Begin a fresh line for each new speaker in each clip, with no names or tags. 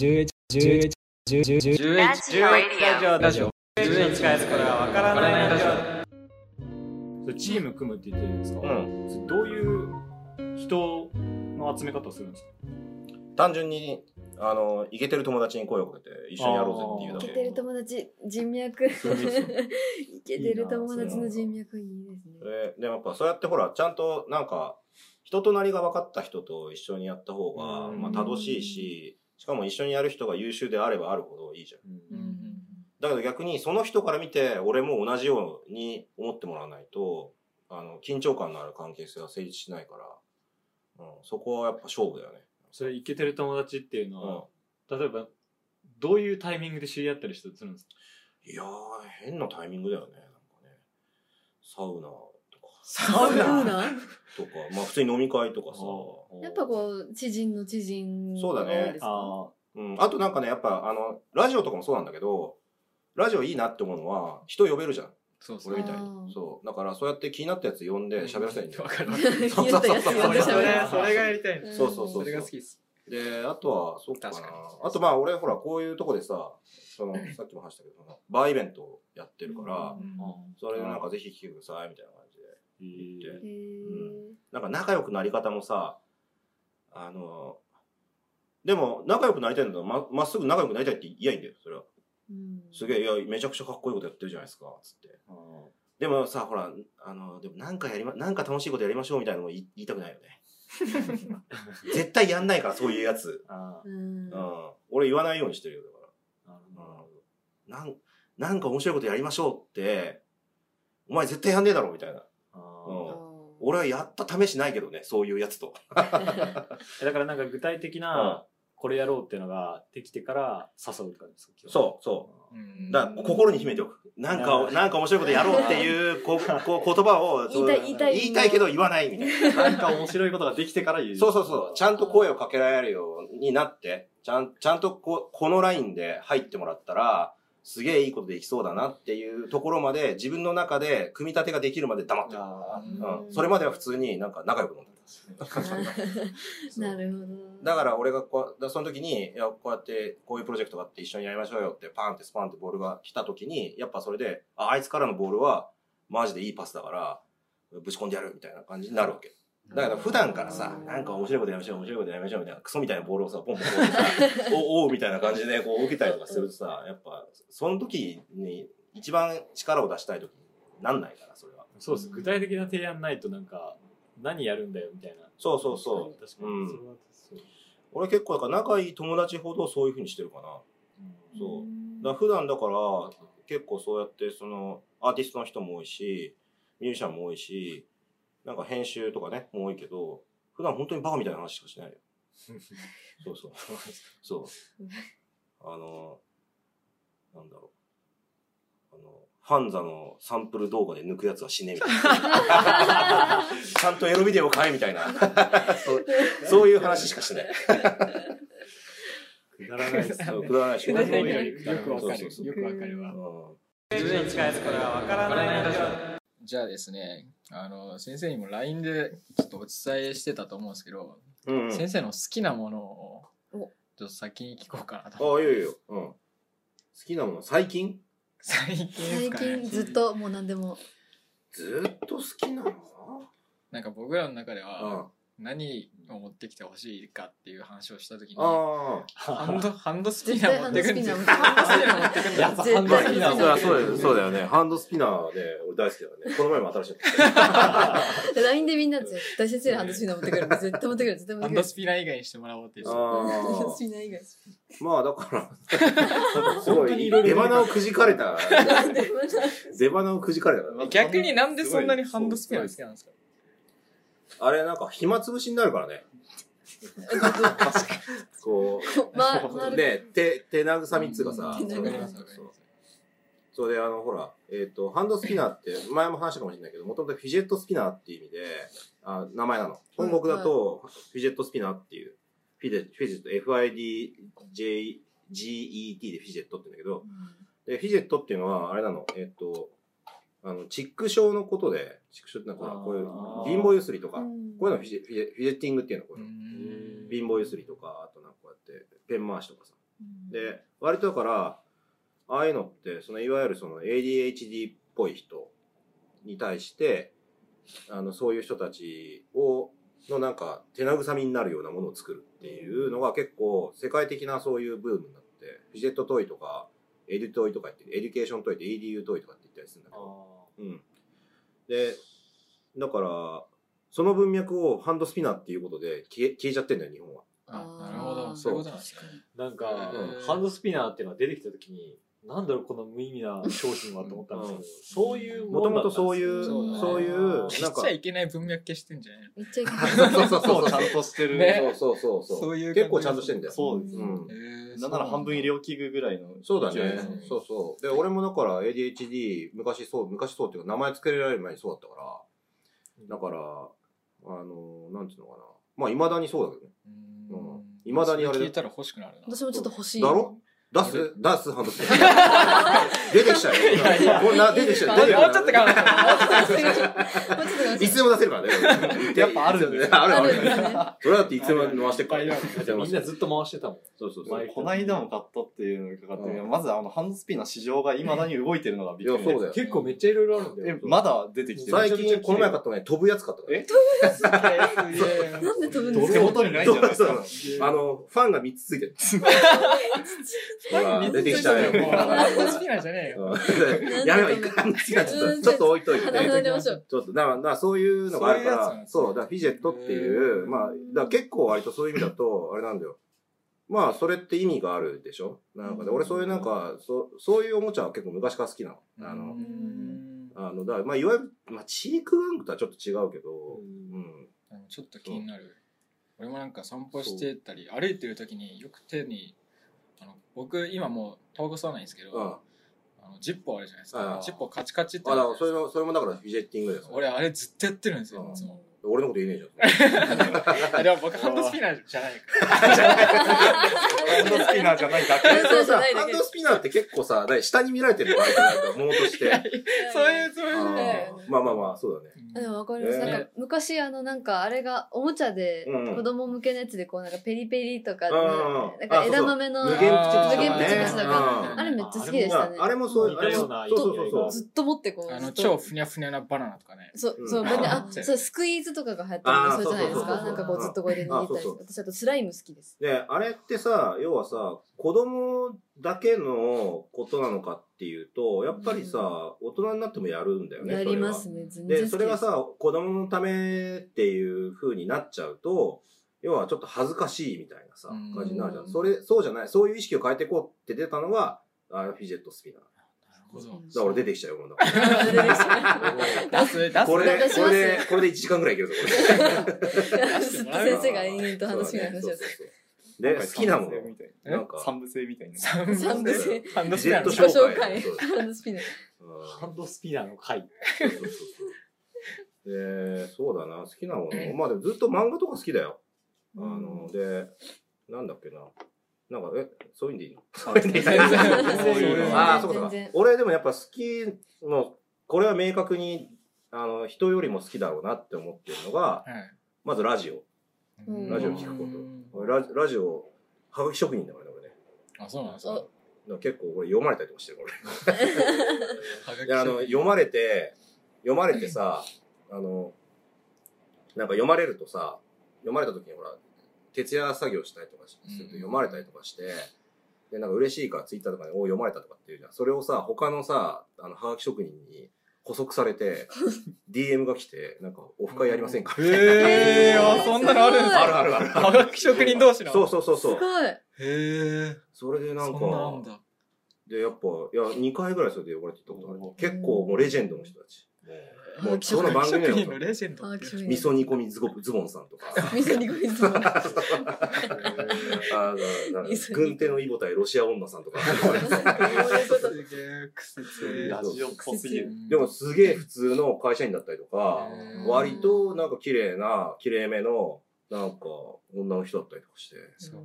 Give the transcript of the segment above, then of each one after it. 11、11、11、11、
11
ラジオ
ラジオ
ラジオ
11使えるこれはわからないラジオ
それチーム組むって言ってるんですか、
うん
それどういう人の集め方をするんですか
単純に、あの、イケてる友達に声をかけて、一緒にやろうぜって
け
い
て
うだけ。
る友達人脈い
そうですよ
けてる友達の人脈いいですね
ででもやっぱそうやってほら、ちゃんとなんか、人となりが分かった人と一緒にやった方が、
うん
まあ楽しいし、しかも一緒にやる人が優秀であればあるほどいいじゃん。
う
うんん
だけど逆にその人から見て、俺も同じように思ってもらわないと、あの、緊張感のある関係性は成立しないから、うん、そこはやっぱ勝負だよね。
それイケてる友達っていうのは、
う
例えばどういうタイミングで知り合ったりしたりするんですか
ん。いやー、変なタイミングだよね。なんかね。サウナとか、
サウナ
とか、まあ普通に飲み会とかさ、
やっぱこう知人の知人
そうだね
が多いですか
あ
うん、あとなんかね、やっぱ、あの、ラジオとかもそうなんだけど、ラジオいいなって思うのは、人呼べるじゃん。
そうそう
俺みたい
あ
に。
ー
そう。だから、そうやって気になったやつ呼んで喋らせないいんだよ
わ。かる
そうそうそうそう
言 ったやつ呼んで
俺
喋
そ
る
れそれがやりたいの
うん
そうそうそう。
それが好きです
で、あとは、そうかな
確かに。
あと、まあ、俺、ほら、こういうとこでさ、その、さっきも話したけど、そのバーイベントをやってるから、
うん
あ
それでなんかぜひ来てください、みたいな感じで。
へー
へー
なんか仲良くなり方もさ、あの、でも、仲良くなりたいんだったら、ままっすぐ仲良くなりたいって言いやいいんだよ、それは。
うん
すげえ、いや、めちゃくちゃかっこいいことやってるじゃないですか、つって。
あー
でもさ、ほら、あの、でもなんかやりま、なんか楽しいことやりましょうみたいなのも言い言いたくないよ ね。絶対やんないから、そういうやつ。
あ
うん
うん。俺言わないようにしてるよ、
ーなるほど
だから。うん。なん、なんか面白いことやりましょうって、お前絶対やんねえだろ、みたいな。
あー
うん俺はやった試しないけどね、そういうやつと。
えだからなんか具体的な、これやろうっていうのができてから誘うって感じですか
そう、そう。
う
だから心に秘めておく。なんか、なんか面白いことやろうっていう、こ う、こう言葉を、
言いたい言いたい
言いたいけど言わないみたいな。
なんか面白いことができてから言う
そうそうそう。ちゃんと声をかけられるようになって、ちゃん、ちゃんとこうこのラインで入ってもらったら、すげえいいことできそうだなっていうところまで、自分の中で組み立てができるまで黙ってる。
あ
うん。それまでは普通になんか仲良く飲んでる。
なるほど
だから俺がこう、だその時に、いや、こうやって、こういうプロジェクトがあって一緒にやりましょうよって、パンってスパンってボールが来た時に、やっぱそれで、あ、あいつからのボールは、マジでいいパスだから、ぶち込んでやるみたいな感じになるわけ。だから普段からさ、なんか面白いことやりましょう、面白いことやりましょうみたいな、クソみたいなボールをさ、ポンポンポンってさ、 お、おうみたいな感じでこう受けたりとかするとさ、やっぱ、その時に一番力を出したい時になんないから、それは。
そうです具体的な提案ないとなんか何やるんだよみたいな
そうそうそう。
確かにそれはそう、
俺結構、だから仲いい友達ほどそういう風にしてるかな。
うん
そう。だから普段だから結構そうやってそのアーティストの人も多いしミュージシャンも多いしなんか編集とかねも多いけど普段本当にバカみたいな話しかしないよそうそうそうあのなんだろうあのファンザのサンプル動画で抜くやつは死ねみたいなちゃんとエロビデオ買えみたいなそうそういう話しかしない
くだら ないです
そうくだらないし
くだらない
よ
よくわか
そうそうそ
る
う
よくわかるわ
うん
11使えるこれはわからないラジオ
じゃあですね、あの、先生にも LINE でちょっとお伝えしてたと思うんですけど、
うんうん
先生の好きなものを、ち
お
ょっと先に聞こうかなと。
ああ、いいよいいよ。うん。好きなもの、最近
最近です
最
か
近
ね。
ずっともう何でも
ずっと好きなの
なんか僕らの中で
うん。
は、
あ
何を持ってきてほしいかっていう話をしたときに、ハ
あ。
ンド、ハンドスピ
絶
ナー
対
持
ハ
っ
ン
て
ド
く
ス
んで
ピ
す
ナ
よ。
ー
ハ
も
ンドスピナー持ってくんですよ。
っぱ
絶対ハンドスピナー
まあ、そうだよねそうだよねそうだよね。ハンドスピナーね、俺大好きだよね。この前も新しいやつ買った
LINE でみんな絶対先生のハンドスピナー持ってくる絶対持ってくる絶対持
ハン
ってく
ド
る
スピナー以外にしてもらおうっていう。
ハンド
あ
スピナー以外
あ。まあ、だから、すご
本当に
い、
いろいろ
出花をくじかれた。
なんでもない
出花をくじかれたから。
逆になんでそんなにハンドスピナー好きなんですか
あれ、なんか暇つぶしになるからね。こ
まま
う、
る
で、手、手慰みっつうか さ、
手慰
わかります
そ
わ
う
かり
そう
ます。
それで、あの、ほら、えっ、と、ハンドスピナーって、前も話したかもしれないけど、もともとフィジェットスピナーっていう意味で、あ名前なの。本国だと、フィジェットスピナーっていう、フィデフィジェット、FIDJGET でフィジェットって言うんだけど、で、フィジェットっていうのは、あれなの、えっ、と、あの、チック症のことで、チック症ってなんかほら、こういう、貧乏ゆすりとか、こういうのフィジェフィジェフィジェッティングっていうの、こういうの。貧乏ゆすりとか、あとなんかこうやって、ペン回しとかさ。で割とだからああいうのってそのいわゆるその ADHD っぽい人に対してあのそういう人たちをのなんか手なぐさみになるようなものを作るっていうのが結構世界的なそういうブームになってフィジェットトイとかエデュトイとか言ってエデュケーショントイって EDU トイとかって言ったりするんだけ
あ
ど
ー
うん。で、だから、その文脈をハンドスピナーっていうことで消え消えちゃってんだよ、日本は。
あ
あ
な
ー
るほどそういうことなんですね
なんか、
うん
ハンドスピナーっていうのが出てきた時になんだろうこの無意味な商品はと思ったんですけど、そういう
もともとそういうう、
そうだね
そういう、
し
なん
ち
か
ゃ、いけない文脈消してんじゃない
めっちゃいけない
そうそうそうそ う、
ちゃんとしてる。
ね
そうそうそう。
そういう感じ
結構ちゃんとしてんだよ。
そうです
う
ね。
ん。
えー
なんなら半分医療器具ぐらいの。
そうだ
勢いで
ね
す
うん。
そうそう。で、俺もだから ADHD、昔そう、昔そうっていうか、名前つけられる前にそうだったから、だから、あの、なんていうのかな。まあ、未だにそうだけどね。
うん
いまだにあれだ
そ聞いたら欲しくなるな
私もちょっと欲しい。
だろ出す出すハンドスピナー。 出てきちゃうよ。これな出てきちゃう。出てきちゃ
もうちょっとか
もうちょっと我慢し
い
て
つでも出せるからね。
やっぱあるんですね
あるあ
あ
る
るん。だね。
それだっていつでも回してっから。
いっぱいあ
みんなずっと回してたもん
そうそう
ま
そ
あ
う。
い
こないだも買ったっていうのがかかって、
うん
まずあのハンドスピナー市場がいまだに動いてるのがびっくり
いやそうだよ
結構めっちゃいろいろあるんだ
え
よ、
まだ出てきてる。
最近、この前買ったのね、飛ぶやつ買ったからね。
らすげえ
なんで飛ぶんで
手
すか
元にないんじゃないです
そうそ
か
う。あの、ファンが3つついてる。ほら出てきちゃうよ。
ハンドスピナーじゃねえよ
うんやめよう、一回話がちょっと、ちょっと置いといて
話
ね。
し出ましょう。
ちょっと、だから、だからそういうのがあるか
そういうやつなん
ら
で、すね
そうだからフィジェットっていう、
へー
まあ、だから結構割とそういう意味だと、あれなんだよ。まあ、それって意味があるでしょなんかで、俺そういうなんか、そそういうおもちゃは結構昔から好きなの。あの、
うん
あの、だからまあ、いわゆる、まあ、チーク玩具とはちょっと違うけど、うん。
でもちょっと気になる俺もなんか散歩してたり歩いてる時によく手にあの僕今もうタバコ吸わないんですけど、
あ
あのジッポーあるじゃないです
あ
か
あ
ジッポーカチカチって
あ、
や
だ
るじゃ
か
ないですか
らそれも、それもだからフィジェッティングだよ。
俺あれずっとやってるんですよ
ああ
いつも
俺のこと言えねえじ
あでも僕ハンドスピナーじゃない から
ハンドスピナーじゃないだけ。
ゃん。そうさ、
そうじゃないだ
ハ
け
ンドスピナーって結構さ、だから下に見られてる場合じゃないから、ものと して。
そういうつもりじゃ
あ
ない
ーまあまあまあ、そうだね。
あでもわかります。
えー
なんか昔あのなんかあれがおもちゃで
うん
子供向けのやつでこうなんかペリペリとか
うん
なんか枝豆の
無限プチ
無限プチプチだ
から
あれめっちゃ好きでしたね
ま。ああれもそういう、
似たような
あれもそうそうそうそう。
ずっと持ってこう。
あ
ず
の
っと
超ふにゃふにゃなバナナとかね
そううんそう、
あ
あ
ー
そうスクイーズとかが流行った
あ
り
ー
そうじゃないです
そうそ
か。
うそう
なんかこうずっとこう入れ握ったり
あーそう
私あとスライム好きです。
で、あれってさ、要はさ、子供だけのことなのかっていうと、やっぱりさ、大人になってもやるんだよね。
やります
そ
ね。全
れは
然
で、それが
好き
さ、子供のためっていう風になっちゃうと、要はちょっと恥ずかしいみたいなさ、
うん
感じになるじゃん。それ、そうじゃない。そういう意識を変えていこうって出たのが、あのフィジェットスピナー。だか
なるほど
ら俺出てきちゃうよ、もうだから
です
出す出す
これ
なん
で
か、し
こ
ます
れで、これで1時間ぐらいいけるぞ、これ。
ずっと 先生が延々と話しながら話をする。
で、好きなもの。
え
なんか、
三部製みたいな。
サン
三部制。
ハンド
ジ
スピ
ェ
ナー
ット
の
し
紹
自己紹介
介。そう
ハンドスピナー。
うん
ハンドスピナーの回
そうそうそうそうで、そうだな、好きなもの。まあでもずっと漫画とか好きだよ。あの、で、なんだっけな。なんか、え、そういうんでいいの
そういうの
ああ、そうかそうか
全然。
俺でもやっぱ好きの、これは明確に、あの、人よりも好きだろうなって思ってるのが、まずラジオ。
うん
ラジオ聞く
こ
俺ラジラジオ、はがき職人だからね、俺ね。
とあそうなんですか
お
だから結構俺読まれたりとかしてるから。
はがき
いやあの読まれて読まれてさあのなんか読まれるとさ読まれた時にほら徹夜作業したりとかすると
うん
読まれたりとかして、でなんか嬉しいからツイッターとかで「おー読まれた」とかっていうじゃんそれをさ他のさあのはがき職人に補足さ れて DM が来てなんか「オフ会やりませんか?」みたいな
へえあそんなのあるんです
あ
か
るあるある
科学職人同士の
そうそうそうそう
すごい。
へえ
それでなんか
そんなあんだ
でやっぱいや2回ぐらいそれで呼ばれて行ったことある
おー
結構もうレジェンドの人たち
もう
もうその番組
職
の
人のレジェンド
あー、気分いい
味噌煮込みズボズボンさんとか
味噌煮込みズボン。
あの、軍手のイボ対ロシア女さんとか。
すげえ癖強い
ラジオっぽすぎる。
でもすげえ普通の会社員だったりとか、
へー
割となんか綺麗な、綺麗めの、なんか女の人だったりとかして。
そう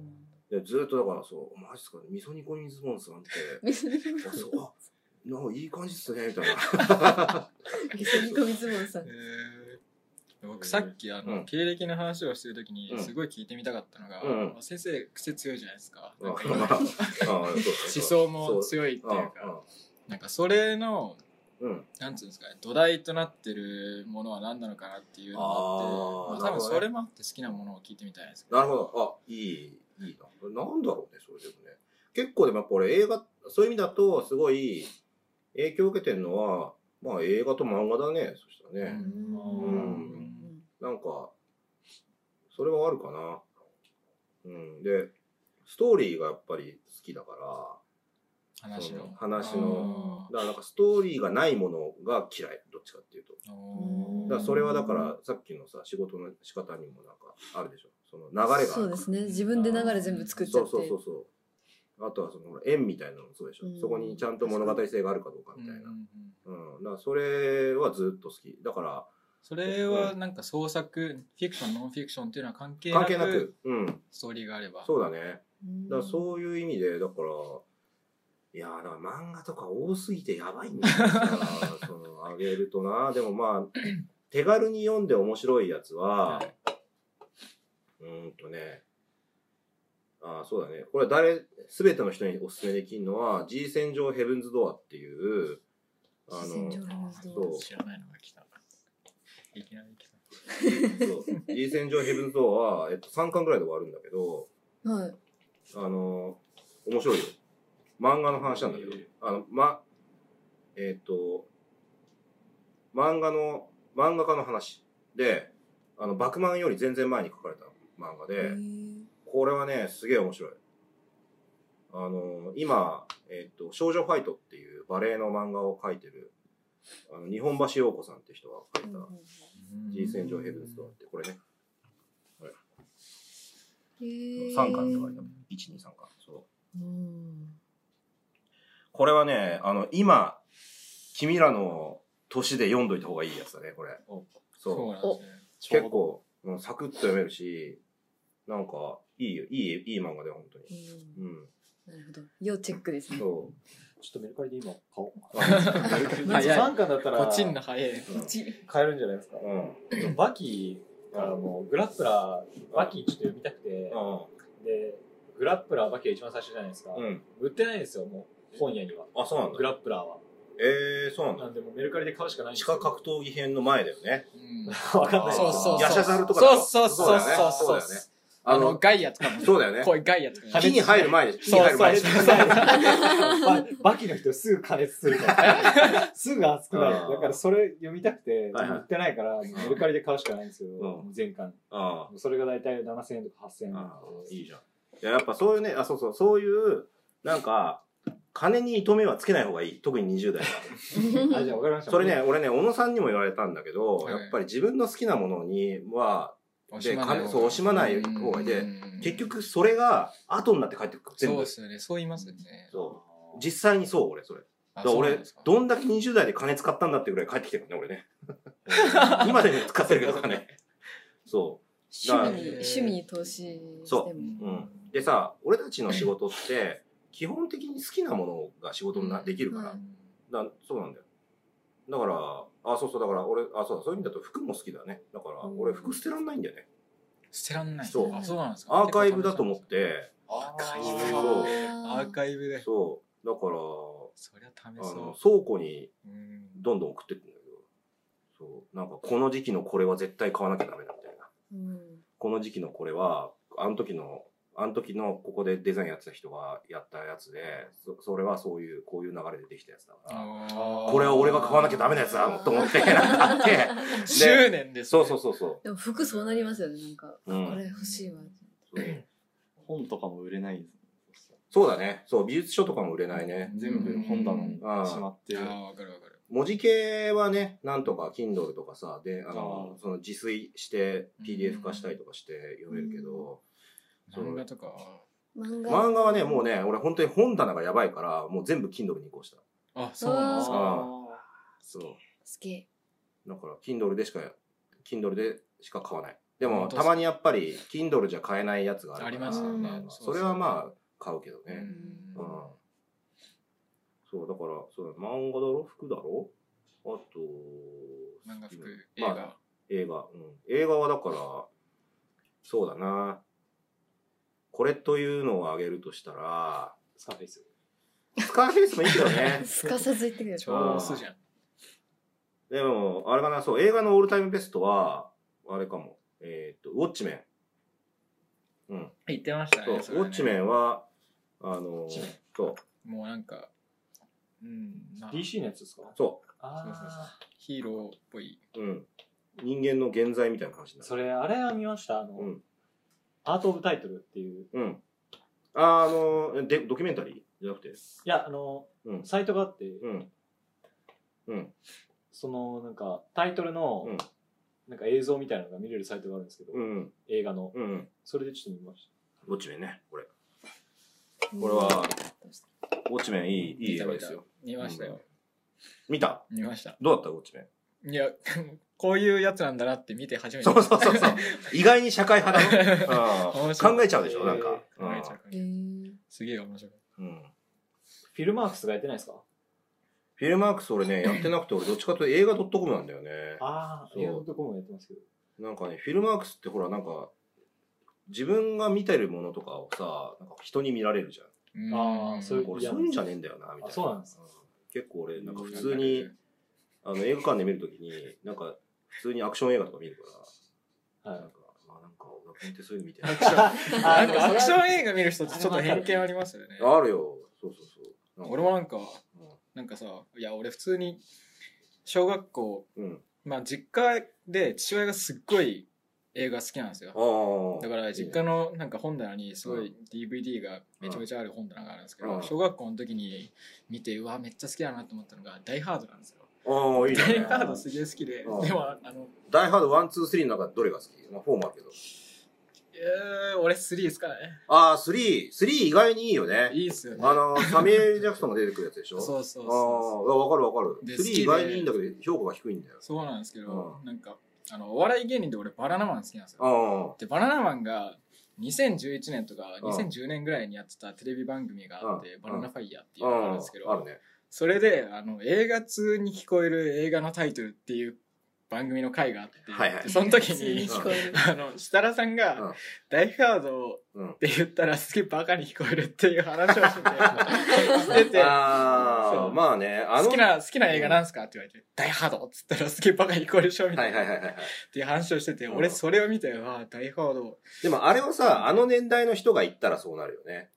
でずっとだからそう、マジっすか、味噌煮込みズボンさんって、
味噌煮込み
あ、そう、あ、 なんかいい感じっすね、みたいな。
味噌煮込みズボンさん
へ。え僕さっきあの、
うん
経歴の話をしてる時に
うん
すごい聞いてみたかったのが、
うん
まあ先生癖強いじゃないですか,、
うん
なんか
ま
今
あ
思
思
想も強いっていうか、なんかそれの
うんうん
なんつうんですかね土台となってるものは何なのかなっていうのがあって
あー
まあ、多
なる
分
ほどね
それもあって好きなものを聞いてみたいですけ
なるほど。あ、いい、いいな。なんだろうね、それでもね。結構でもやっぱ俺映画、そういう意味だと、すごい影響を受けてるのは、まあ映画と漫画だね、そしたらね。
うん
なんか、それはあるかな。うん。で、ストーリーがやっぱり好きだか
話
そう
の
話のら、だからなんかストーリーがないものが嫌い、どっちかっていうと。
あーおー
だからそれはだから、さっきのさ、仕事の仕方にもなんかあるでしょ。その流れがあるから。
そうですね自分で流れ全部作っちゃ
そ
っ
う
て
そうそうそうあとはそのほら縁みたいなのもそうでしょ、
うん
そこにちゃんと物語性があるかどうか
う
み
んう
たい
んう
な、
ん
うんだからそれはずっと好きだから
それはなんか創作フィクションノンフィクションっていうのは関係なく
関係なくうん
ストーリーがあれば
そうだね
うん
だからそういう意味でだからいやーだから漫画とか多すぎてやばいんだよだからそのあげるとなでもまあ手軽に読んで面白いやつは、
はいう
ーんとねああそうだねこれは誰全ての人におすすめできるのは G 戦場ヘブンズドアっていうあの
戦場の
そう
知らないのが来たいきなり来た
G 戦場ヘブンズドアは、えっと、3巻ぐらいで終わるんだけど
はい
あの面白いよ漫画の話なんだけどあのまえっと漫画の漫画家の話であの「バクマン」より全然前に書かれた漫画で、
へー
これはね、すげえ面白い。あの、今、えっと、少女ファイトっていうバレエの漫画を描いてる、あの、日本橋陽子さんって人が
う
描い
んうんうん
た、G 戦場ヘブンズドアって、これね、
へー
3巻って書いてある。1、2、3巻。そう。
うん
これはね、あの、今、君らの年で読んどいた方がいいやつだね、これ。
そう
そ
な
う。
んですね
結構、うんサクッと読めるし、なんか、いいよ、いい、いい漫画だよ、本当
うん
に。うん。
なるほど要チェックですね
そう。
ちょっとメルカリで今買おうかな。
早
い
3巻だったら
ポチンの早い
買えるんじゃないですか。
うん。
バキがもうグラップラー、バキちょっと読みたくて、で、グラップラーバキが一番最初じゃないですか。
うん。
売ってないんですよ、もう本屋には。
あ、そうなんだ
グ。ラップラーは。
えー、そうなんだ
な。んでもうメルカリで買うしかないんで
地
すよ
下格闘技編の前だよね。
うん
わかんないです
そうそう
ヤシャザルとかだ
そ
ろ
うそうそう
だよね
そう
そうだ
そう
よね。
あ
あ
の
の、
ガイアとかも
そうだよね
こういうガイアとかも
火に入る前で、火
そ
に
う
入
そ
る
う
前で。
ババキの人すぐ加 熱するから。すぐ熱くなる。
あー
だからそれ読みたくて、
はいはい
売ってないから、もうメルカリで買うしかないんですよ。もう全巻。
あ
それが大体7000円とか8000円
あ、
な
ああ
んで。
いいじゃん。いや、やっぱそういうね、あ、そうそう、そういう、なんか、金に糸目はつけない方がいい。特に20代は。
あ、じゃあ分かりました。
それね、俺ね、小野さんにも言われたんだけど、
はい
やっぱり自分の好ききなものには、
惜
で
しまない方が
そう惜しまない方がいいで
うん
結局それが後になって帰ってくる。全
そう
部
で。すよねそう言いますよね
そ
あ
う。
ー。
実際にそう、俺、それ。
あ
だから
そうなん
俺
ですか、
どんだけ20代で金使ったんだってぐらい帰ってきてるから ね、俺ね。今でも使ってるけどね。そ
趣
う。
味に
だ
趣味に投資して
そ
も
ううん、でさ俺たちの仕事って基本的に好きなものが仕事になできるから,、
はい
だそうなんだよだからあそうそうだから俺あそうだそういう意味だと服も好きだねだから
うん
俺服捨てらんないんだよね
捨てらんない
そう
あそうなんですか
アーカイブだと思って
アーカイ
あ
ブ
そう
アー
ー
カイブで
そうだから
そりゃ試
あ
そ
の倉庫に
ううん
どんどん送ってってんだけどそうなんかこの時期のこれは絶対買わなきゃダメだみたいな
うん
この時期のこれはあの時のあの時のここでデザインやってた人がやったやつでそそれはそういうこういう流れでできたやつだからこ
こ
れは俺が買わなきゃダメなやつだと思って、なんか買 って。
執念です
そうそう
う
そうそ
でも服そうなりますよねなんか
う。う
これ
ん。
欲しいわ
そう
本とかも売れないんです
そうだね。そう、美術書とかも売れないね。
全部本棚に
うん
しまって
あ
る
あわかるわかる
文字系はね、なんとか Kindle とかさ、で、あ
あ
の、
ー
その自炊して、PDF 化したりとかして読めるけど、そう
漫画とか
漫画
漫画はね、もうね、俺本当に本棚がやばいから、もう全部 Kindle に移行した。
あそうなんです
あ
か
そ
好き
う。だから、Kindle でしか、Kindle でしか買わない。で
本
も、
当っす
たまにやっぱり、Kindle じゃ買えないやつがあるから。
あります
よね
まあ
そうそ
そうれはまあ、買うけどね。
うん
うんそう、だから、そうだ、漫画だろ服だろあと、
漫画服
ま
映
あ
画
映画、うん、映画はだからそうだなこれというのをあげるとしたら
スカーフェイス。
スカーフェイスもいいけどね
すかさず言ってくれる。
超素じゃん。
でもあれかなそう映画のオールタイムベストはあれかもえーっとウォッチメンうん
言ってました
そう、
ね。
ウォッチメ
ン。
ンは、あの
チメン、
そう、
もうなんか、うん、まあ
DC のやつですか
そ
ああ。
ヒーローっぽい。
う、うん。人間の現在みたいな話になる。
それ、あれは見ましたあの、
うん
アート・オブ・タイトルっていう。
うん。あ、あのー、で、ドキュメンタリーじゃなくて。
いや、あの、
うん
サイトがあって、
うん。うん。
その、なんか、タイトルの、
うん
なんか映像みたいなのが見れるサイトがあるんですけど、
うん。
映画の。
うん。
それでちょっと見まし
ウォッチメンね、これ。これは、ウォッチメンいい、いい映画ですよ。
見ましたよ。
見た
見ました。
どうだったウォッチメン。
いや、 こういうやつなんだなって見て初めて。
そうそう そうそう。意外に社会派だの。う
面
ん
白い
考えちゃうでしょ、なんか。
考えちゃうから
へー
すげえ面白い。
うんうん。
た。フィルマークスがやってないですか
フィルマークス俺ね、やってなくて、俺どっちかというと映画 .com なんだよね。
あ
そ
あ、
う
映画のとこもやってますけど。
なんかね、フィルマークスってほら、なんか、自分が見てるものとかをさ、なんか人に見られるじゃん。
うん
あーそういう
俺、そういうんじゃねえんだよな、みたいな。
あそうなんです
結構俺、なんか普通に、あの、映画館で見るときに、なんか、普通にアクション映画とか見るから、
はい
なん。か、あ、なんか、俺本当にそういうの見て
ア
る
クション
あ
なんかアクション映画見る人ってちょっと偏見ありますよね。
あるよ。そうそうそう。なんか
俺もなんか、
うん
なんかさ、いや、俺普通に、小学校、
うん。
まあ実家で父親がすっごい映画好きなんですよ。
ああ。
だから実家のなんか本棚にすごい DVD がめちゃめちゃある本棚があるんですけ
う
ど、
ん
小学校の時に見て、うわ、めっちゃ好きだなと思ったのが、ダイハードなんですよ。
ああ、いいね
ダイ。ハードすげえ好きで、で
う
も
ん、
あの、
ダイハード1、2、3の中でどれが好きまあ、4もあるけど。
えー、俺3ですからね。
ああ、3。3意外にいいよね。
いいっすよね。
あの、サミュエル・ジャクソンが出てくるやつでし
そ
ょ
うそうそう
ああ、わかるわかる。
で好き
3
で
意外にいいんだけど、評価が低いんだよ。
そうなんですけど、なんか、あの、お笑い芸人で俺バナナマン好きなんですよ。
あ
でバナナマンが2011年とか
うん
2010年ぐらいにやってたテレビ番組があって、
うん
バナナファイヤーっていう
あ、
のがあ
あ
るん
あ
ですけど、
あるね。
それであの映画通に聞こえる映画のタイトルっていう番組の回があって、
はいはい
でその時
普通に
に、
聞こえる。
あの設楽さんが、
うん
ダイハード
うん
って言ったらすげえバカに聞こえるっていう話を しててしてて。
あ
そう
あ、まあね、あの、
好きな、好きな映画なんすかって言われて、ダイハードっつったらすげえバカに聞こえるでしょみ
は
た
い
い
は
な。
いはいはいはい。
っていう話をしてて、
うん
俺それを見て、わあ、ダイハード。
でもあれをさ、あの年代の人が言ったらそうなるよね。